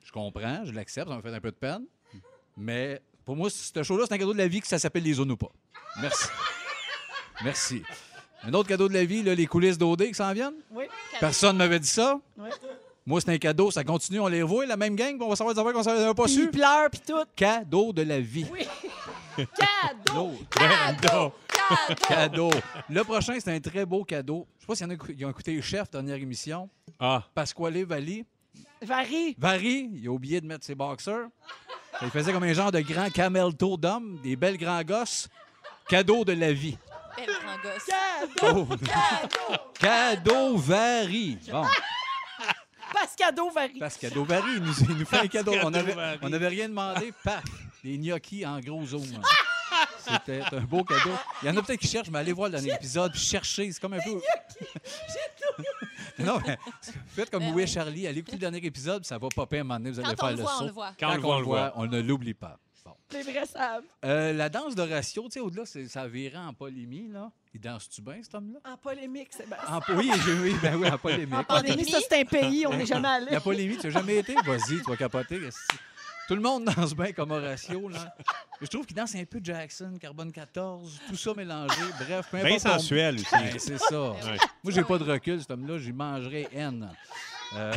Je comprends, je l'accepte, ça m'a fait un peu de peine. Mais pour moi, c- ce show-là, c'est un cadeau de la vie que ça s'appelle les zones ou pas. Merci. Merci. Un autre cadeau de la vie, là, les coulisses d'OD qui s'en viennent? Oui. Personne ne m'avait dit ça. Oui. Moi, c'est un cadeau, ça continue, on les voit, la même gang, puis on va savoir des affaires qu'on savait pas su. pleure, puis tout. Cadeau de la vie. Oui. Cadeau! Cadeau! Cadeau! Le prochain, c'est un très beau cadeau. Je sais pas s'il y en a qui ont écouté Chef, dernière émission. Ah, Pasquale Valley. Varie. Vary, il a oublié de mettre ses boxers. Ça, Il faisait comme un genre de grand camel toe d'homme, des belles grands gosses. Cadeau de la vie. Belle grand gosse. Oh. Cadeau Vary. Bon. Pascado Vary. Parce cadeau Vary, il nous, il nous fait un cadeau. On Cadeau n'avait Vary. on avait rien demandé. Paf! Des gnocchis en gros zoom. C'était un beau cadeau. Il y en a peut-être qui cherchent, mais allez voir le dernier épisode, puis cherchez. C'est comme un peu. Non, mais faites comme Louis et Charlie. Allez écouter le dernier épisode, ça va popper à un moment donné. Vous Ben allez Quand on le faire le voit, on saut. le voit. Quand on le voit, on le voit. On ne l'oublie pas. Bon. Les vrais savent. Euh, la danse d'Horatio, tu sais, au-delà, c'est- ça virait en polémie, là. Il danse-tu bien, cet homme-là? En polémique, Sébastien. En po- oui, j'ai- oui, ben oui, en polémique. En pandémie, ça, c'est un pays, on n'est jamais allé. La polémie, tu n'as jamais été? Vas-y, tu vas capoter. qu'est-ce que- Tout le monde danse bien comme Horatio, là. Je trouve qu'il danse un peu Jackson, Carbone 14, tout ça mélangé. Bref, peu Bien importe ton- sensuel aussi. Ben, c'est ça. Ouais. Moi, j'ai pas de recul, cet homme-là. J'y mangerais haine. Euh,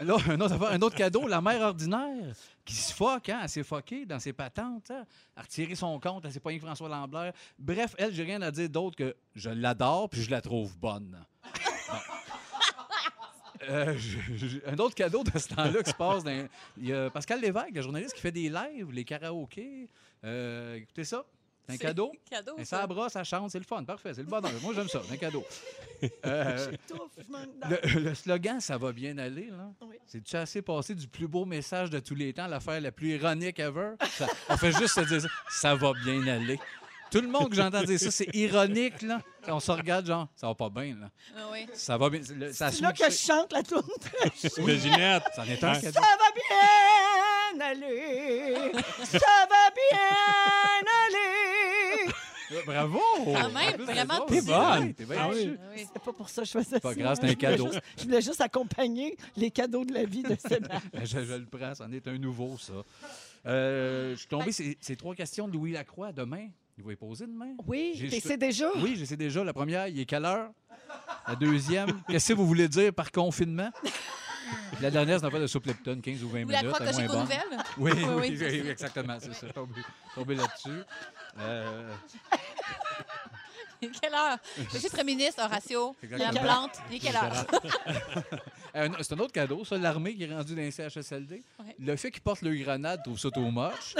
là, un autre, affaire- un autre cadeau, la mère ordinaire qui se foque, hein, elle s'est foquée dans ses patentes, hein, à retirer son compte, elle s'est poignée avec François Lambert. Bref, elle, j'ai rien à dire d'autre que je l'adore puis je la trouve bonne. Euh, je- je- un autre cadeau de ce temps-là qui se passe. dans- Il y a Pascal Lévesque, le journaliste qui fait des lives, les karaokés. Euh, écoutez ça. C'est un C'est cadeau. un cadeau, Ben, ça. ça brosse, ça chante, c'est le fun. Parfait, c'est le bonheur. Moi, j'aime ça. c'est un cadeau. Euh, J'étouffe, je manque d'air. le, le slogan, ça va bien aller. là. Oui. C'est-tu assez passé du plus beau message de tous les temps, l'affaire la plus ironique ever? Ça- on fait juste se dire ça, ça va bien aller. Tout le monde que j'entends dire ça, c'est ironique. là. On se regarde, genre, ça va pas bien. Là. Ah oui. Ça va bien. le- ça C'est se là met- que je chante la tourne. Le Ginette. Ça en est un, Ça c'est- va bien aller. Ça va bien aller. Bravo! Quand même, En plus, vraiment T'es positif. bonne! T'es bonne. Ah oui. C'est pas pour ça que je faisais ça. pas grave, c'est un cadeau. Je voulais, juste, je voulais juste accompagner les cadeaux de la vie de Sébastien. Ben, je, je le prends, c'en est un nouveau, ça. Euh, je suis tombé, ces, ces trois questions de Louis Lacroix demain. Il va y poser demain. Oui, J'ai- t'es je- sais déjà? Oui, je sais déjà. La première, il est quelle heure? La deuxième, qu'est-ce que vous voulez dire par confinement? Puis La dernière, c'est une affaire de soupe Lepton, 15 ou 20 Ou minutes. la croix elle est cochée moins aux bonne. nouvelles? Oui, Oui, oui, oui, oui, c'est ça. exactement, c'est ça. Tombé, tombé là-dessus. Euh, Quelle heure? Monsieur le premier ministre, Horatio, la Exactement. plante, il est quelle heure? Euh, non, c'est un autre cadeau, ça, l'armée qui est rendue dans les CHSLD. Ouais. Le fait qu'ils portent le grenade, trouve ça trop moche.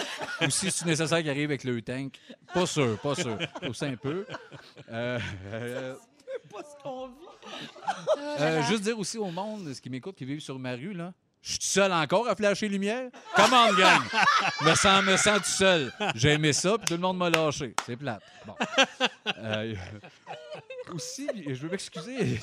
Ou si c'est nécessaire qu'ils arrivent avec le tank. Pas sûr, pas sûr. Je trouve ça un peu. Euh, euh, pas ce qu'on vit. euh, juste dire aussi au monde, ce qui m'écoute, qui vivent sur ma rue, là. Je suis tout seul encore à flasher lumière. Comment on gang! me sens, me sens tout seul. J'ai aimé ça, puis tout le monde m'a lâché. C'est plate. Bon. Euh, aussi, je veux m'excuser.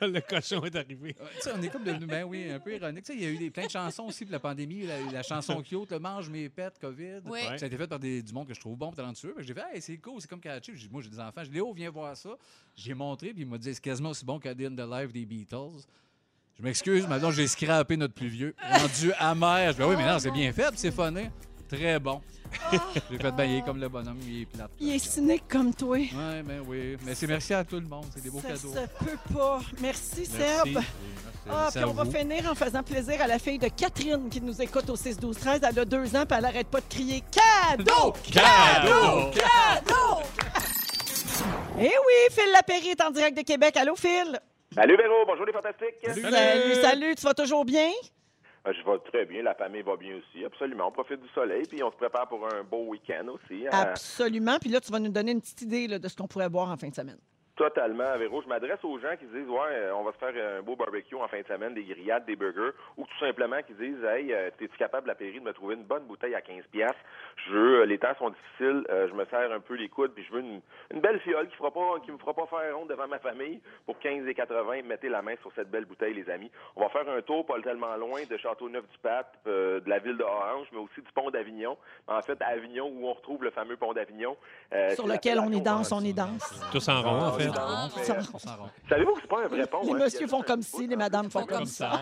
le cochon est arrivé. Tu sais, on est comme devenu, ben oui, un peu ironique. Tu sais, il y a eu des, plein de chansons aussi pour la pandémie. La, la chanson cute, le mange mes pets, COVID. Oui. Ça a été fait par des- du monde que je trouve bon, talentueux. Fait que J'ai fait, hey, c'est cool, c'est comme Catchy. J'ai dit, Moi, j'ai des enfants. J'ai dit, Léo, viens voir ça. J'ai montré, puis il m'a dit, c'est quasiment aussi bon qu'à The Live des Beatles. Je m'excuse, maintenant j'ai scrappé notre plus vieux. Rendu amer. Je dis, ben oui, mais non, c'est bien fait, puis c'est funné. Très bon. j'ai fait, ben, il est comme le bonhomme, il est plate. Ah. Il est cynique comme toi. Ouais, ben oui. Mais c'est merci à tout le monde. C'est des beaux ça cadeaux. se peut pas. Merci, Merci. Serbe. Oui, Ah, merci puis à on va vous. finir en faisant plaisir à la fille de Catherine qui nous écoute au 6 12 13 Elle a deux ans, puis elle arrête pas de crier cadeau, Cadeau! cadeau. Eh oui, Phil Lapéry est en direct de Québec. Allô, Phil. Salut Véro, bonjour les fantastiques. salut, salut. Tu vas toujours bien? Euh, Je vais très bien, la famille va bien aussi, absolument. On profite du soleil, puis on se prépare pour un beau week-end aussi. hein. Absolument. Puis là, tu vas nous donner une petite idée là, de ce qu'on pourrait boire en fin de semaine. Totalement, Véro. Je m'adresse aux gens qui disent Ouais, euh, on va se faire un beau barbecue en fin de semaine, des grillades, des burgers, ou tout simplement qui disent Hey, euh, t'es-tu capable, la Pairie, de me trouver une bonne bouteille à 15$? piastres? Je veux, euh, les temps sont difficiles, euh, je me serre un peu les coudes, puis je veux une, une belle fiole qui fera pas qui me fera pas faire honte devant ma famille pour 15 et 80. Mettez la main sur cette belle bouteille, les amis. On va faire un tour pas tellement loin de Châteauneuf-du-Pape, euh, de la ville de Orange, mais aussi du pont d'Avignon. En fait, à Avignon, où on retrouve le fameux pont d'Avignon. euh, Sur c'est la- lequel on y danse, on y danse. Tous en rond, Ah, en fait. Tous en rond. Savez-vous que c'est pas un vrai pont? Les hein? messieurs font comme ci, les madames font comme ça.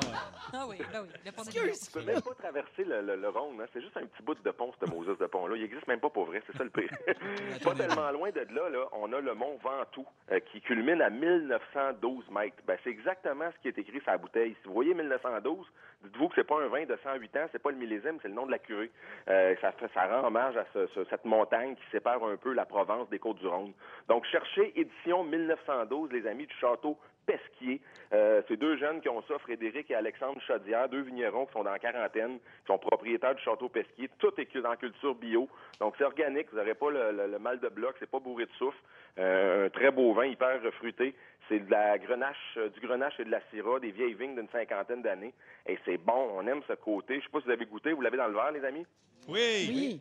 Ah oui, ben oui. Le pont de Tu peux même pas traverser le, le, le Rhône, hein. c'est juste un petit bout de pont, ce Moses de pont-là. Il existe même pas pour vrai, c'est ça le pire. pas tellement loin de là, là, on a le mont Ventoux euh, qui culmine à 1912 mètres. Ben, c'est exactement ce qui est écrit sur la bouteille. Si vous voyez 1912, dites-vous que c'est pas un vin de 108 ans, c'est pas le millésime, c'est le nom de la cuvée. Euh, ça, fait- ça rend hommage à ce- ce- cette montagne qui sépare un peu la Provence des Côtes-du-Rhône. Donc, cherchez édition 1912, les amis du château pesquier. Euh, c'est deux jeunes qui ont ça, Frédéric et Alexandre Chaudière, deux vignerons qui sont dans la quarantaine, qui sont propriétaires du château pesquier. Tout est cul- en culture bio. Donc, c'est organique. Vous n'aurez pas le, le- le mal de bloc. C'est pas bourré de soufre. Euh, un très beau vin, hyper fruité. C'est de la grenache, euh, du grenache et de la syrah, des vieilles vignes d'une cinquantaine d'années. Et c'est bon. On aime ce côté. Je sais pas si vous avez goûté. Vous l'avez dans le verre, les amis? Oui.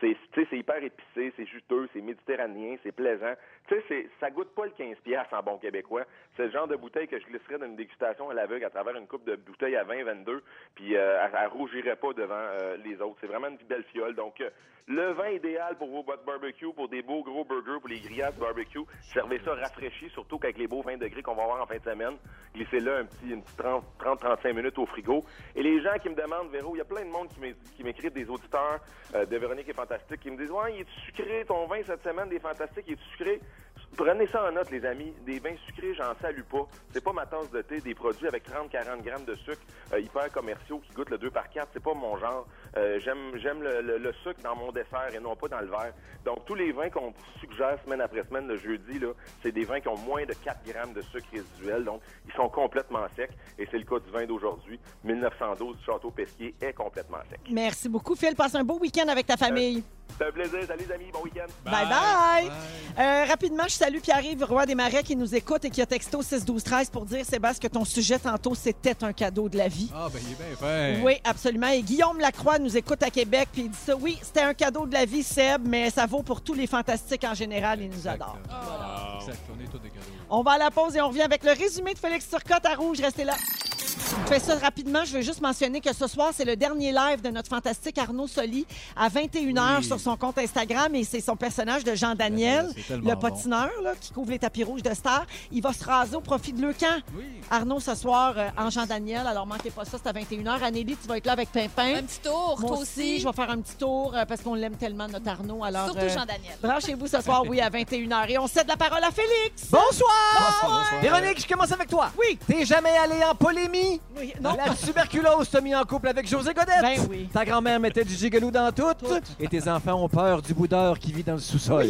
C'est, tu sais, c'est hyper épicé, c'est juteux, c'est méditerranéen, c'est plaisant. Tu sais, c'est- ça goûte pas le 15 piastres en bon québécois. C'est le genre de bouteille que je glisserais dans une dégustation à l'aveugle à travers une coupe de bouteille à 20, 22, puis euh, elle, elle rougirait pas devant euh, les autres. C'est vraiment une belle fiole. Donc, euh, le vin idéal pour vos bottes barbecue, pour des beaux gros burgers, pour les grillades barbecue. Servez ça rafraîchi, surtout qu'avec les beaux 20 degrés qu'on va avoir en fin de semaine. Glissez-le un petit, une petite 30, 30, 35 minutes au frigo. Et les gens qui me demandent, Véro, il y a plein de monde qui m'é- qui m'écrivent, des auditeurs euh, de Véronique est fantastique, qui me disent, ouais, il est sucré, ton vin cette semaine, des fantastiques, il est sucré. Prenez ça en note, les amis. Des vins sucrés, j'en salue pas. C'est pas ma tasse de thé. Des produits avec 30-40 grammes de sucre euh, hyper commerciaux qui goûtent le 2 par 4, c'est pas mon genre. Euh, j'aime j'aime le, le- le sucre dans mon dessert et non pas dans le verre. Donc, tous les vins qu'on suggère semaine après semaine, le jeudi, là, c'est des vins qui ont moins de 4 grammes de sucre résiduel. Donc, ils sont complètement secs. Et c'est le cas du vin d'aujourd'hui. 1912 du Château Pesquier est complètement sec. Merci beaucoup, Phil. Passe un beau week-end avec ta famille. C'est un plaisir. Salut, les amis. Bon week-end. Bye bye! Euh, rapidement, je salue Pierre-Yves Roy des Marais qui nous écoute et qui a texto 6-12-13 pour dire, Sébastien, que ton sujet tantôt, c'était un cadeau de la vie. Ah, ben, il est bien fait. Oui, absolument. Et Guillaume Lacroix nous écoute à Québec puis il dit ça. Oui, c'était un cadeau de la vie, Seb, mais ça vaut pour tous les fantastiques en général. Il nous adore. Voilà. Exact. On est tous des cadeaux. On va à la pause et on revient avec le résumé de Félix Turcotte à Rouge. Restez là. Je fais ça rapidement. Je veux juste mentionner que ce soir, c'est le dernier live de notre fantastique Arnaud Soli à 21h sur son compte Instagram et c'est son personnage de Jean Daniel, c'est tellement le bon. patineur là, qui couvre les tapis rouges de Star. Il va se raser au profit de Leucan. Arnaud, ce soir, euh, en Jean Daniel. Alors, manquez pas ça, c'est à 21h. Anneli, tu vas être là avec Pimpin. Un petit tour, Moi toi aussi. Je vais faire un petit tour euh, parce qu'on l'aime tellement, notre Arnaud. Alors, euh, Surtout Jean Daniel. Branchez-vous ce soir, oui, à 21h. Et on cède la parole à Félix. Bonsoir! Bonsoir. Véronique, je commence avec toi. Oui. T'es jamais allé en polémie? Oui, non. La tuberculose t'a mis en couple avec José Godette. Ben oui. Ta grand-mère mettait du gigolou dans tout. Et tes enfants ont peur du boudeur qui vit dans le sous-sol.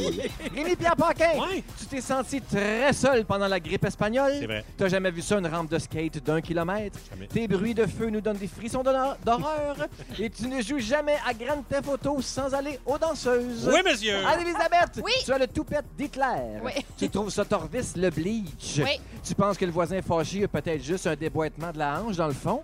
Rémi-Pierre Paquin, tu t'es senti très seul pendant la grippe espagnole. C'est vrai. T'as jamais vu ça, une rampe de skate d'un kilomètre. Tes bruits de feu nous donnent des frissons d'horreur- d'horreur. et tu ne joues jamais à Grand Theft Auto sans aller aux danseuses. Oui, monsieur. Anne-Elisabeth, tu as le toupette d'Hitler. euh, Oui. Tu trouves ça torvis le bleach. Oui. Tu penses que le voisin fâché a peut-être juste un déboîtement de la hanche dans le fond.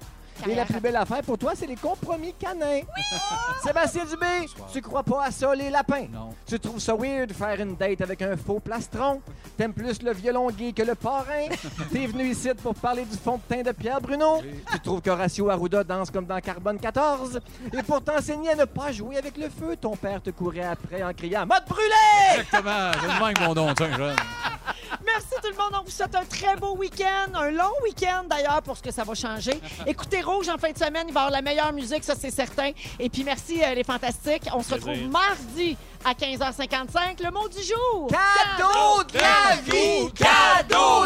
Et la plus belle affaire pour toi, c'est les compromis canins. oh! Sébastien Dubé, tu crois pas à ça, les lapins. Tu trouves ça weird faire une date avec un faux plastron. T'aimes plus le violon gay que le parrain. T'es venu ici pour parler du fond de teint de Pierre Bruno. Tu trouves qu'Horacio Arruda danse comme dans Carbone 14. Et pour t'enseigner à ne pas jouer avec le feu, ton père te courait après en criant « Mode brûlé! » Exactement. Je le manque mon don, tiens, jeune. Merci tout le monde. On vous souhaite un très beau week-end, un long week-end d'ailleurs, pour ce que ça va changer. Écoutez Rouge en fin de semaine, il va y avoir la meilleure musique, ça c'est certain. Et puis merci euh, les fantastiques. On se Plaisir. retrouve mardi à 15h55. Le mot du jour. Cadeau de la vie! Cadeau